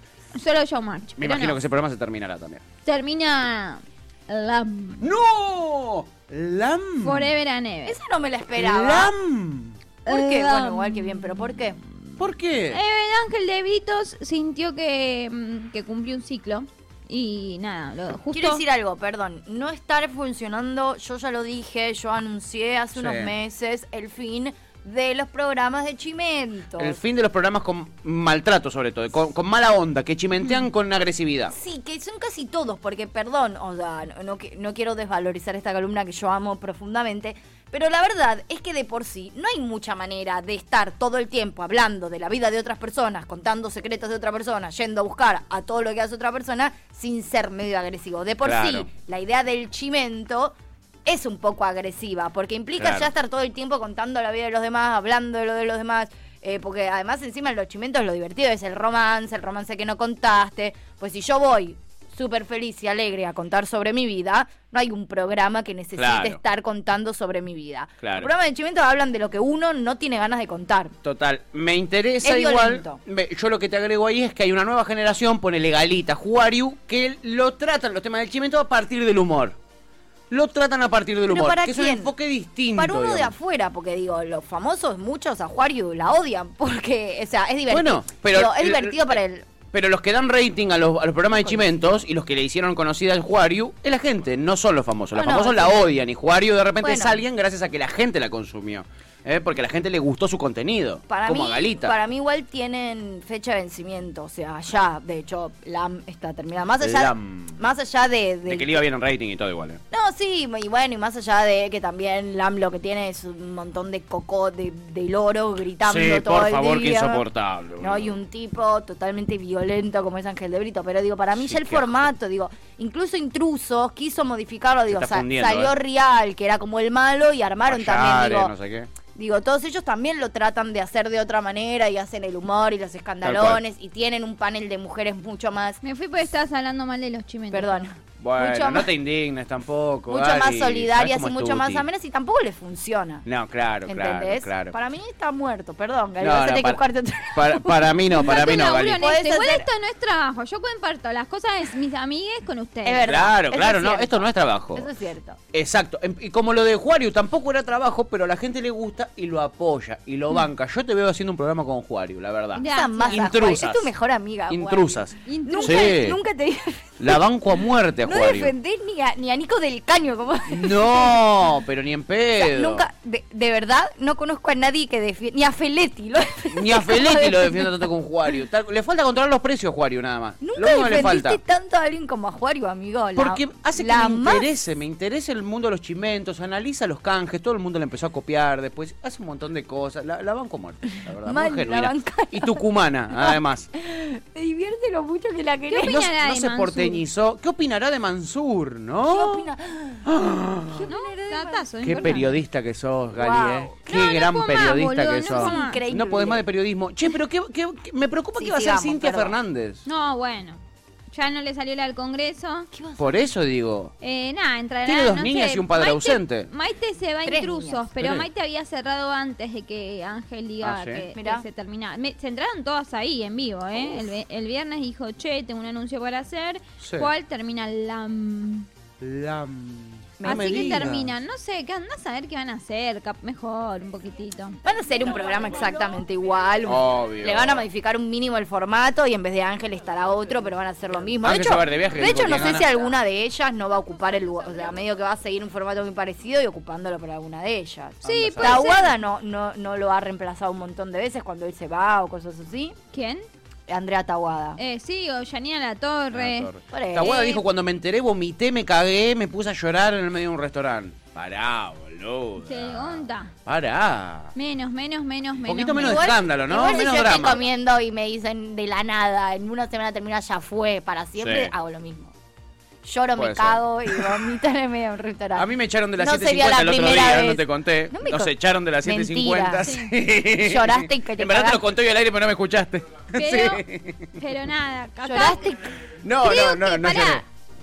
Solo John March.
Me
pero
imagino
no.
que ese programa se terminará también.
Termina... Lam.
¡No! ¡Lam!
Forever and Ever.
Esa no me la esperaba.
¡Lam!
¿Por qué?
Lam.
Bueno, igual que bien, pero ¿por qué?
¿Por qué?
Eh, Ángel de Vitos sintió que, mm, que cumplió un ciclo. Y nada, lo, justo...
Quiero decir algo, perdón. No estar funcionando, yo ya lo dije, yo anuncié hace
Sí.
unos meses el fin de los programas de Chimento.
El fin de los programas con maltrato, sobre todo, con, con mala onda, que
Mm.
chimentean con agresividad.
Sí, que son casi todos, porque perdón, o sea, no, no qui- no quiero desvalorizar esta columna que yo amo profundamente, pero la verdad es que de por sí no hay mucha manera de estar todo el tiempo hablando de la vida de otras personas, contando secretos de otra persona, yendo a buscar a todo lo que hace otra persona sin ser medio agresivo. De por
Claro.
sí, la idea del chimento es un poco agresiva, porque implica
Claro.
ya estar todo el tiempo contando la vida de los demás, hablando de lo de los demás. eh, porque además encima en los chimentos lo divertido es el romance, el romance que no contaste. Pues si yo voy súper feliz y alegre a contar sobre mi vida, no hay un programa que necesite
Claro.
estar contando sobre mi vida.
Claro.
Los programas de chimentos hablan de lo que uno no tiene ganas de contar.
Total, me interesa
Es
igual.
violento.
me- yo lo que te agrego ahí es que hay una nueva generación, ponele Galita, Juariu, que lo tratan los temas del chimento a partir del humor. lo tratan a partir del
Pero
humor,
¿para
que es
quién?
un enfoque distinto.
Para uno de
digamos.
afuera, porque digo, los famosos, muchos, a Juario la odian, *laughs* porque, o sea, es divertido.
Bueno, pero-
Digo, es divertido para él.
Pero los que dan rating a los, a los programas de Chimentos y los que le hicieron conocida al Juario es la gente, no son los famosos. Los
Ah, No, no,
famosos la
sí.
odian y Juario de repente es
Bueno.
alguien gracias a que la gente la consumió. ¿eh? Porque a la gente le gustó su contenido.
Para
como
mí,
a Galita.
para mí igual tienen fecha de vencimiento, o sea, ya, de hecho, LAM está terminada. Más allá,
LAM.
más allá
de
de, del-
que le iba bien en rating y todo igual. ¿eh?
No, sí, y bueno, y más allá de que también LAM lo que tiene es un montón de cocó de, del oro gritando
Sí,
todo
por
el
favor, que
día.
insoportable.
No, y
boludo.
un tipo totalmente violento como es Ángel de Brito, pero digo, para mí
Sí,
ya el
qué asco.
formato, digo, incluso Intrusos quiso modificarlo, digo,
está
sa-
fundiendo,
salió
eh.
Real, que era como el malo, y armaron también,
Payares,
digo,
no sé qué.
digo, todos ellos también lo tratan de hacer de otra manera y hacen el humor y los escandalones y tienen un panel de mujeres mucho más,
Me fui porque estabas hablando mal de los chimentos.
perdón,
Bueno,
mucho
no
más,
te indignes tampoco.
mucho más
Gali.
solidarias
¿Sabés cómo es
y mucho más
Tuti?
amenas y tampoco les funciona.
No, claro,
¿Entendés?
claro, claro.
Para mí está muerto, perdón, Gaby,
No,
vas a
no,
tener que
para-
buscarte otro-
Para, para mí
*laughs*
no, para
Yo
mí no,
laburo
Gali.
en
Podés
esto. Igual
hacer-
esto no es trabajo. Yo comparto las cosas de mis amigues con ustedes.
Es verdad.
Claro,
eso
claro,
es
no,
cierto.
esto no es trabajo.
Eso es cierto.
Exacto. Em- Y como lo de Juario tampoco era trabajo, pero a la gente le gusta y lo apoya y
Mm.
lo banca. Yo te veo haciendo un programa con Juario, la verdad.
Ya,
Esa masa, Juan,
Intrusas.
Es tu mejor amiga. Juan.
Intrusas.
Nunca,
Sí.
nunca te
La banco a muerte a
No
Juario.
defendés ni a, ni a Nico del Caño. Como, *laughs*
No, pero ni en
O sea,
pedo.
nunca, de, de verdad, no conozco a nadie que defienda. Ni a Feletti. Lo
Ni
*laughs*
a Feletti lo defiendo tanto con Juario. Tal- le falta controlar los precios a Juario nada más. lo
Nunca
único que le falta.
defendiste tanto a alguien como a Juario, amigo. La-
Porque hace que
la
me
más-
interese, me interese el mundo de los chimentos, analiza los canjes, todo el mundo le empezó a copiar después, hace un montón de cosas. La, la banco muerta, la verdad, muy
Mal, la
genuina.
banca-
Y tucumana, además.
Me divierte lo mucho que la
¿Qué
querés.
No,
opinará
no
de
se
Mansur?
porteñizó. ¿Qué opinará de Mansur,
¿Qué
no?
opina?
¿No? Datazo,
Qué
importante.
periodista que sos, Gali,
Guau.
¿eh? Qué
No, no
gran
puedo más,
periodista
boludo,
que sos.
no puedo más.
Increíble.
No podés más de periodismo. Che, pero qué, qué- qué- me preocupa
Sí,
qué va a hacer
sigamos,
Cintia
perdón.
Fernández.
No, bueno. Ya no le salió la del Congreso.
Por eso digo.
Eh, nada, entrará.
Tiene dos
no
niñas
sé,
y un padre
Maite-
ausente.
Maite se va a
Tres
intrusos,
niñas.
pero
Tres.
Maite había cerrado antes de que Ángel diga
Ah, ¿sí?
que, que
Mirá.
se terminaba. Me- se entraron todas ahí en vivo, ¿eh? El, ve- el viernes dijo, che, tengo un anuncio para hacer.
Sí.
¿Cuál termina la. mm,
No me
Así que
digas.
terminan, no sé, que andás a ver qué van a hacer, cap- mejor un poquitito.
Van a hacer un programa exactamente igual. un-
Obvio.
Le van a modificar un mínimo el formato y en vez de Ángel estará otro, pero van a hacer lo mismo. De
Ángel
hecho,
se va a ir de viaje,
de
dijo
hecho,
que
no sé
gana.
si alguna de ellas no va a ocupar el lugar. O sea, medio que va a seguir un formato muy parecido y ocupándolo por alguna de ellas.
Sí, puede
La
ser.
Aguada no, no, no lo ha reemplazado un montón de veces cuando él se va o cosas así.
¿Quién?
Andrea
Ah.
Taguada.
Eh, sí, o Yanina La Torre.
Por ahí.
La abuela dijo, cuando me enteré, vomité, me cagué, me puse a llorar en el medio de un restaurante. Pará, boludo.
Te onda.
Pará.
Menos, menos, menos, menos.
Poquito menos
menos.
de escándalo, ¿no?
igual si
Menos
yo estoy
drama.
comiendo y me dicen de la nada, en una semana termina, ya fue, para siempre,
Sí.
hago lo mismo. Lloro,
Puede
me
ser.
cago y vomito en el medio de un restaurante.
A mí me echaron de las
No
7.50
sería la
el otro
primera
día,
vez.
no te conté.
No me
Nos
con-
echaron de las 7.50.
Mentira.
sí.
Lloraste y que te
En verdad te
cagaste.
lo conté hoy al aire, pero no me escuchaste.
Pero,
*laughs* Sí.
pero nada, acá-
Lloraste.
No, no,
Creo
no,
que,
no
pará,
lloré.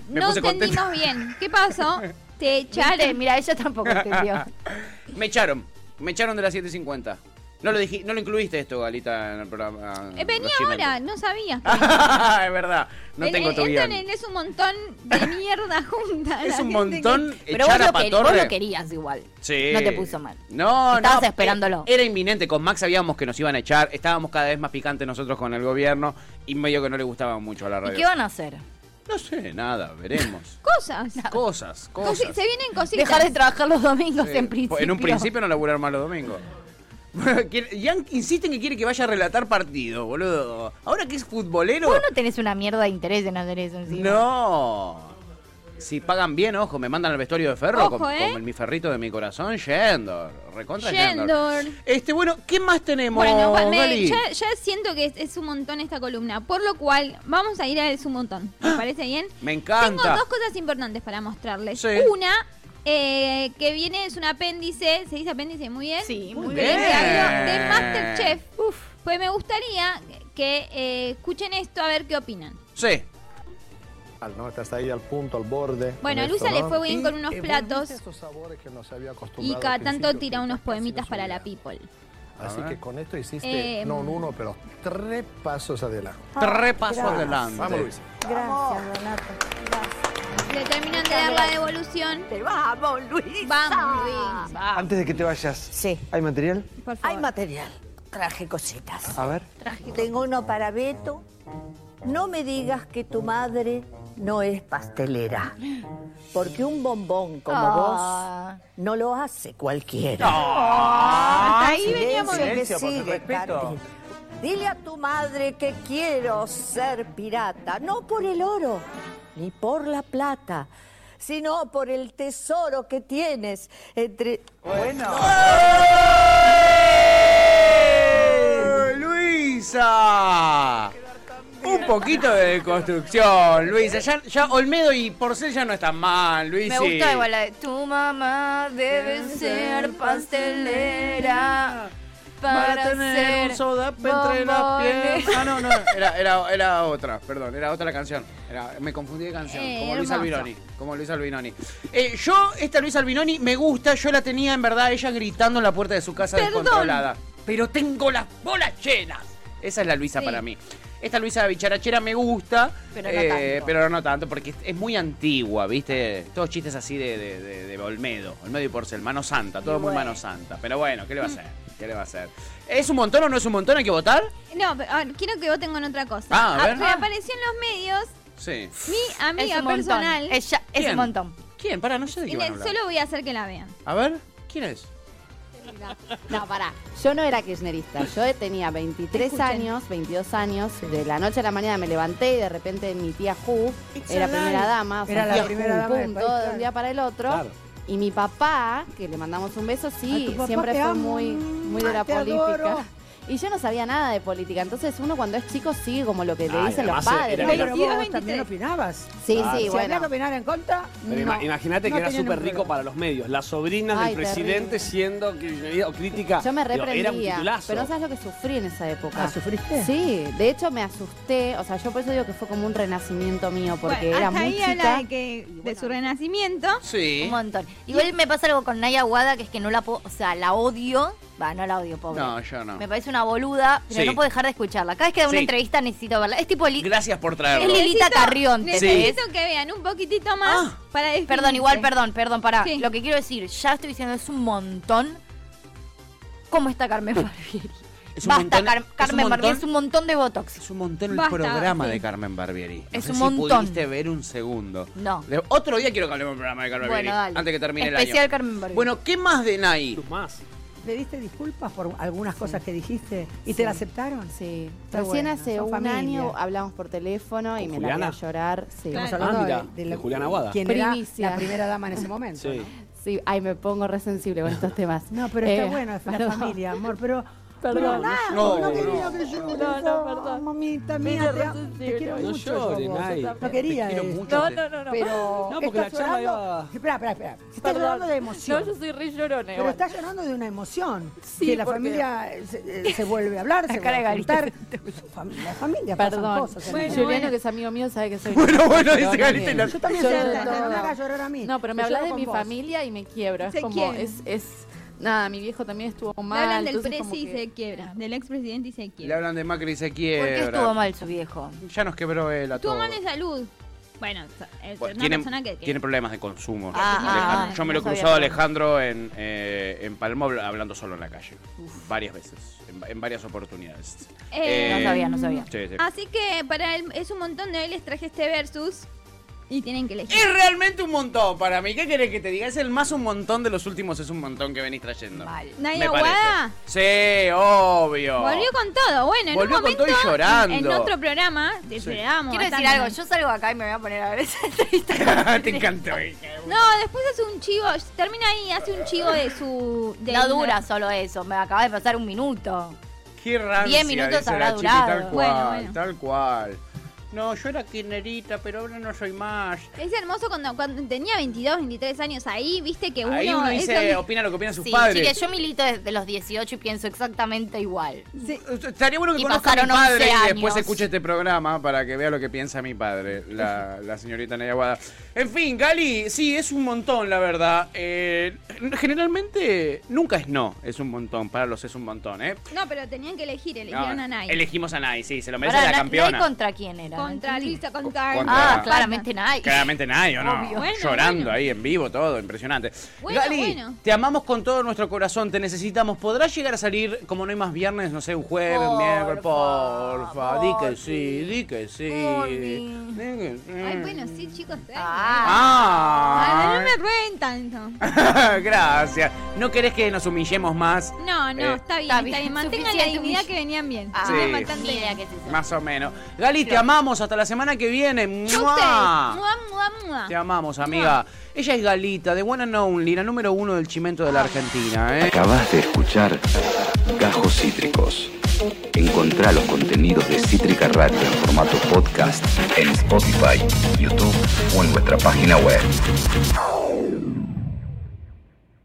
Me
no
puse
entendimos
contento.
bien.
*laughs*
¿Qué pasó? Te
Chale,
echaron.
mira, ella tampoco entendió.
Me echaron. Me echaron de las 7.50. No lo, dije, no lo incluiste esto, Galita, en el programa.
Eh, venía
Los Chimentos.
ahora, no sabías.
Ah, *laughs* es verdad. No
El-
tengo
el-
tu
entran
guión.
en- es un montón
*laughs*
de mierda junta.
Es
la
un
gente
montón
Pero vos
echar
lo,
a
queri- vos
Patorre.
lo querías igual.
Sí.
No te puso mal.
No,
Estabas
no, eh,
esperándolo.
Era inminente. Con Max sabíamos que nos iban a echar. Estábamos cada vez más picantes nosotros con el gobierno. Y medio que no le gustaba mucho a la
¿Y
radio.
qué van a hacer?
No sé, nada.
*laughs*
Veremos.
que- Cosas.
cosas,
Cosi-
cosas.
Se vienen cositas.
Dejar de trabajar los domingos
Sí,
en principio.
En un principio no laburar más los domingos. *laughs* Quiere- Ian insiste en que quiere que vaya a relatar partido, boludo. Ahora que es futbolero.
Vos no tenés una mierda de interés en hacer eso encima.
No. Si pagan bien, ojo, me mandan al vestuario de ferro
Ojo,
con,
¿eh?
con mi ferrito de mi corazón, Yendor. Recontra Yendor.
Yendor.
Este, bueno, ¿qué más tenemos,
Bueno, va- me-
Gali?
ya, ya siento que es, es un montón esta columna, por lo cual vamos a ir a Es un montón. ¿Me parece bien?
Me encanta.
Tengo dos cosas importantes para mostrarles.
Sí.
Una, eh, que viene, es un apéndice, ¿se dice apéndice muy bien?
Sí,
muy
muy
bien.
De Masterchef. Uf, pues me gustaría que eh, escuchen esto a ver qué opinan.
Sí.
¿no? Estás ahí al punto, al borde.
Bueno, a
con
Luisa
esto,
le
¿no?
fue bien
Y
con unos
evolviste
platos
esos sabores que nos había
y
acostumbrado
cada
al
tanto
principio,
tira
que
unos
casi no
poemitas para la
subía.
people.
Así
A ver.
que con esto hiciste,
Eh,
no uno, pero tres
Ah,
pasos adelante.
Tres pasos adelante.
Vamos, Luisa.
Gracias, Donato. Gracias.
Le terminan de dar la devolución.
Pero vamos, Luis.
Vamos, Luis.
Ah.
Antes de que te vayas,
Sí.
¿hay material?
Por
Hay
favor.
material. Traje cositas.
A ver.
Tengo uno para Beto. No me digas que tu madre no es pastelera. Porque un bombón como
Ah.
vos no lo hace cualquiera.
Ah.
ahí veníamos que sigue, Katy. Dile a tu madre que quiero ser pirata, no por el oro, ni por la plata, sino por el tesoro que tienes entre... Bueno.
¡Eh, ¡Luisa! Un poquito de construcción, Luisa. Ya, ya Olmedo y Porcel ya no están mal, Luisa.
Me gusta igual la de tu mamá debe ser pastelera para
tener un
ser
soda entre las
bombones.
piernas. Ah, no, no. Era, era, era otra, perdón. Era otra la canción. Era- me confundí de canción.
Eh,
como Luis
hermoso.
Albinoni. Como Luis Albinoni. Eh, yo, esta Luis Albinoni me gusta. Yo la tenía, en verdad, ella gritando en la puerta de su casa
Perdón.
descontrolada. Pero tengo las bolas llenas. Esa es la Luisa
Sí.
para mí. Esta Luisa Bicharachera me gusta, eh,
Pero no tanto.
pero no tanto, porque es, es muy antigua, ¿viste? Todos chistes así de, de- de- de Olmedo, Olmedo y Porcel, mano santa, todo muy mano santa. Pero bueno, ¿qué le va a
Mm.
hacer? ¿Qué le va a hacer? ¿Es un montón o no es un montón? ¿Hay que votar?
No, pero, ah, quiero que voten con otra cosa.
Ah, a ver.
Me apareció en los medios
Sí.
mi
Es
amiga
un montón.
personal.
Es, ya- es
¿Quién?
un montón.
¿Quién? Para, no sé de qué
Y
van a
le-
hablar.
solo voy a hacer que la vean.
A ver, ¿quién es?
No, pará. Yo no era kirchnerista. Yo tenía 23 años, 22 años. De la noche a la mañana me levanté y de repente mi tía Ju era primera dama. o sea,
Era la
tía
primera
Ju,
dama del
pum,
país,
todo de
claro.
un día para el otro.
Claro.
Y mi papá, que le mandamos un beso,
Ay, tu
sí,
papá,
siempre
te
fue
amo.
muy, muy de
Ay,
la
te
política.
adoro.
Y yo no sabía nada de política. Entonces uno cuando es chico sigue como lo que le
Ay,
dicen los
además,
eh,
padres.
era-
Sí,
Pero vos 22, también 23.
opinabas.
sí, bueno.
opinar en contra,
Pero ima- imagínate que era súper rico para los medios. Las sobrinas
Ay,
del presidente
terrible.
siendo kirchnerista o crítica.
Yo me
Digo, Era un
reprendía.
titulazo.
Pero no sabes lo que sufrí en esa época.
Ah, ¿sufriste?
Sí, de hecho me asusté. O sea, yo por eso digo que fue como un renacimiento mío, porque
Bueno,
era
hasta
muy
ahí
chica.
habla de, que, de su renacimiento.
Sí.
Un montón. Igual me pasa algo con Naya Aguada, que es que no la puedo, o sea, la odio. Va, no la odio, pobre.
No, yo no.
Me parece una boluda, pero
Sí.
no puedo dejar de escucharla. Cada vez que da una
Sí.
entrevista necesito verla. Es tipo... li-
Gracias por
Es
traerlo.
Lili- Lilita Carrión, ¿te
Necesito que vean un poquitito más
Ah.
para definirse.
Perdón, igual, perdón, perdón, pará.
Sí.
Lo que quiero decir, ya estoy diciendo, es un montón. ¿Cómo está Carmen Barbieri?
Es un
Basta,
montón-
Car-
es un
Carmen Barbieri
montón-
es un montón de Botox.
Es un montón el
Basta,
programa
sí.
de Carmen Barbieri. No
Es
sé
un
si
montón.
pudiste ver un segundo.
No.
De- Otro día quiero que hablemos del programa de Carmen
Bueno,
Barbieri.
dale.
Antes que termine el
Especial
año.
Carmen Barbieri.
Bueno, ¿qué más de Nai? *laughs*
Más.
¿Le diste disculpas por algunas cosas que dijiste? ¿Y te la aceptaron?
Sí.
Está
Recién
bueno,
hace
son
un
familia.
año hablamos por teléfono y
¿Con
me la voy
Juliana?
a llorar. Sí.
Claro.
Estamos hablando
Ah, mira,
de, la-
de Juliana Aguada.
quien era
Primicia.
la primera dama en ese momento.
Sí.
Sí, ay, me pongo resensible con estos temas.
No, No, pero está
Eh,
bueno, es la
perdón.
familia, amor, pero...
Perdón.
pero nada,
No,
no
no,
quería que yo
no,
eso.
no, perdón.
Mamita mía, te, am- te
sensible.
quiero
No
mucho. yo
llores,
a vos.
Nay.
No quería
Te quiero
eso.
*laughs*
mucho.
no,
Pero
No, porque
estás
la charla
llorando...
iba-
Espera, espera, espera. Estás llorando de emoción.
soy re llorona.
Pero estás llorando de una emoción.
Sí,
que la
porque-
familia eh, se, eh, se vuelve a
*laughs*
hablar, se
cara
vuelve a
de
juntar. Su fam- La familia pasan
Perdón.
cosas.
Bueno,
hermano.
Juliano, ¿eh? que es amigo mío, sabe que soy.
Bueno, bueno, dice
llorona.
Galita y la-
yo también
Yo
soy
de
la-
todo.
no me hagas llorar a mí.
No, pero me
Yo
hablas
lloro
de
con
mi
vos.
familia y me quiebro.
Se
Es como,
quiebra.
es, es. Nada, mi viejo también estuvo
Le hablan
mal.
del
entonces
presi
como
y
que-
se quiebra. Del expresidente y se
Le
quiebra.
hablan de Macri y se quiebra.
¿Por qué estuvo mal su viejo?
Ya nos quebró él a
Tuvo
todos.
mal de salud. Bueno, es
Bueno,
una
tiene,
persona que... que-
tiene problemas de consumo.
Ah,
Alejandro.
ah,
Yo me
no
lo he
sabía.
cruzado a Alejandro en, eh, en Palermo habl- hablando solo en la calle. Varias veces, en, en varias oportunidades.
Eh,
No sabía, no sabía. Ah,
sí, sí.
Así que para él es un montón de hoy les traje este versus y tienen que elegir.
Es realmente un montón para mí. ¿Qué querés que te diga? Es el más un montón de los últimos, es un montón que venís trayendo.
Mal.
Naya
Me parece.
Aguada
Sí, obvio.
volvió con todo. Bueno, en
Volvió
un
con
momento
todo y llorando.
En, en otro programa te esperábamos
Quiero decir
bastante.
algo, yo salgo acá y me voy a poner a ver esa
*laughs*
entrevista.
*laughs* Te encantó. hija.
No, después hace un chivo, termina ahí, hace un chivo de su de
No dura solo eso, me acaba de pasar un minuto.
Qué rancia.
Diez minutos
dice la
habrá
chiqui, Tal
durado.
cual,
Bueno, bueno.
tal cual. No, yo era kirchnerita, pero ahora no soy más.
Es hermoso cuando, cuando tenía 22, 23 años ahí, viste que uno,
Ahí uno dice,
eso-
opina lo que opinan sus
Sí,
padres.
chiques, yo milito desde los 18 y pienso exactamente igual.
Sí. Eh, Estaría bueno que
Y
conozca a mi
pasaron 11
padre y después
años.
escuche este programa para que vea lo que piensa mi padre, la, la señorita Naya Guada. En fin, Gali, sí, es un montón, la verdad. Eh, generalmente nunca es no, es un montón. Para los es un montón, ¿eh?
No, pero tenían que elegir,
No,
elegían a Nike.
Elegimos a Nai, sí, se lo merece
Ahora,
la
Na-
campeona.
¿Nai contra quién era? Ah,
contra Lisa, contra...
Contra-
claramente nadie.
Claramente nadie, ¿o no?
Obvio. Bueno,
Llorando
bueno.
ahí en vivo, todo, impresionante.
Bueno,
Gali,
bueno.
te amamos con todo nuestro corazón, te necesitamos. ¿Podrás llegar a salir, como no hay más viernes, no sé, un jueves, un miércoles? Porfa, di que sí, di que sí. Di que sí.
Ay, bueno, sí, chicos. ay,
Ah.
ay, no me rueguen tanto.
*laughs* Gracias. ¿No querés que nos humillemos más?
No, no,
Eh,
está bien,
está
está
bien.
bien. Mantengan la
Suficiente
dignidad
humillo.
que venían bien.
Ah,
Sí.
Tienen bastante
Ni idea
idea.
qué es eso.
Más o menos. Gali, te amamos. Hasta la semana que viene.
Yo a
¡Mua!
ustedes. Mua, mua, mua.
Te amamos, amiga. Ella es Galita, de One and Only, la número uno del chimento de la Argentina, ¿eh?
Acabas de escuchar Gajos Cítricos. Encontrá los contenidos de Cítrica Radio en formato podcast en Spotify, YouTube o en nuestra página web.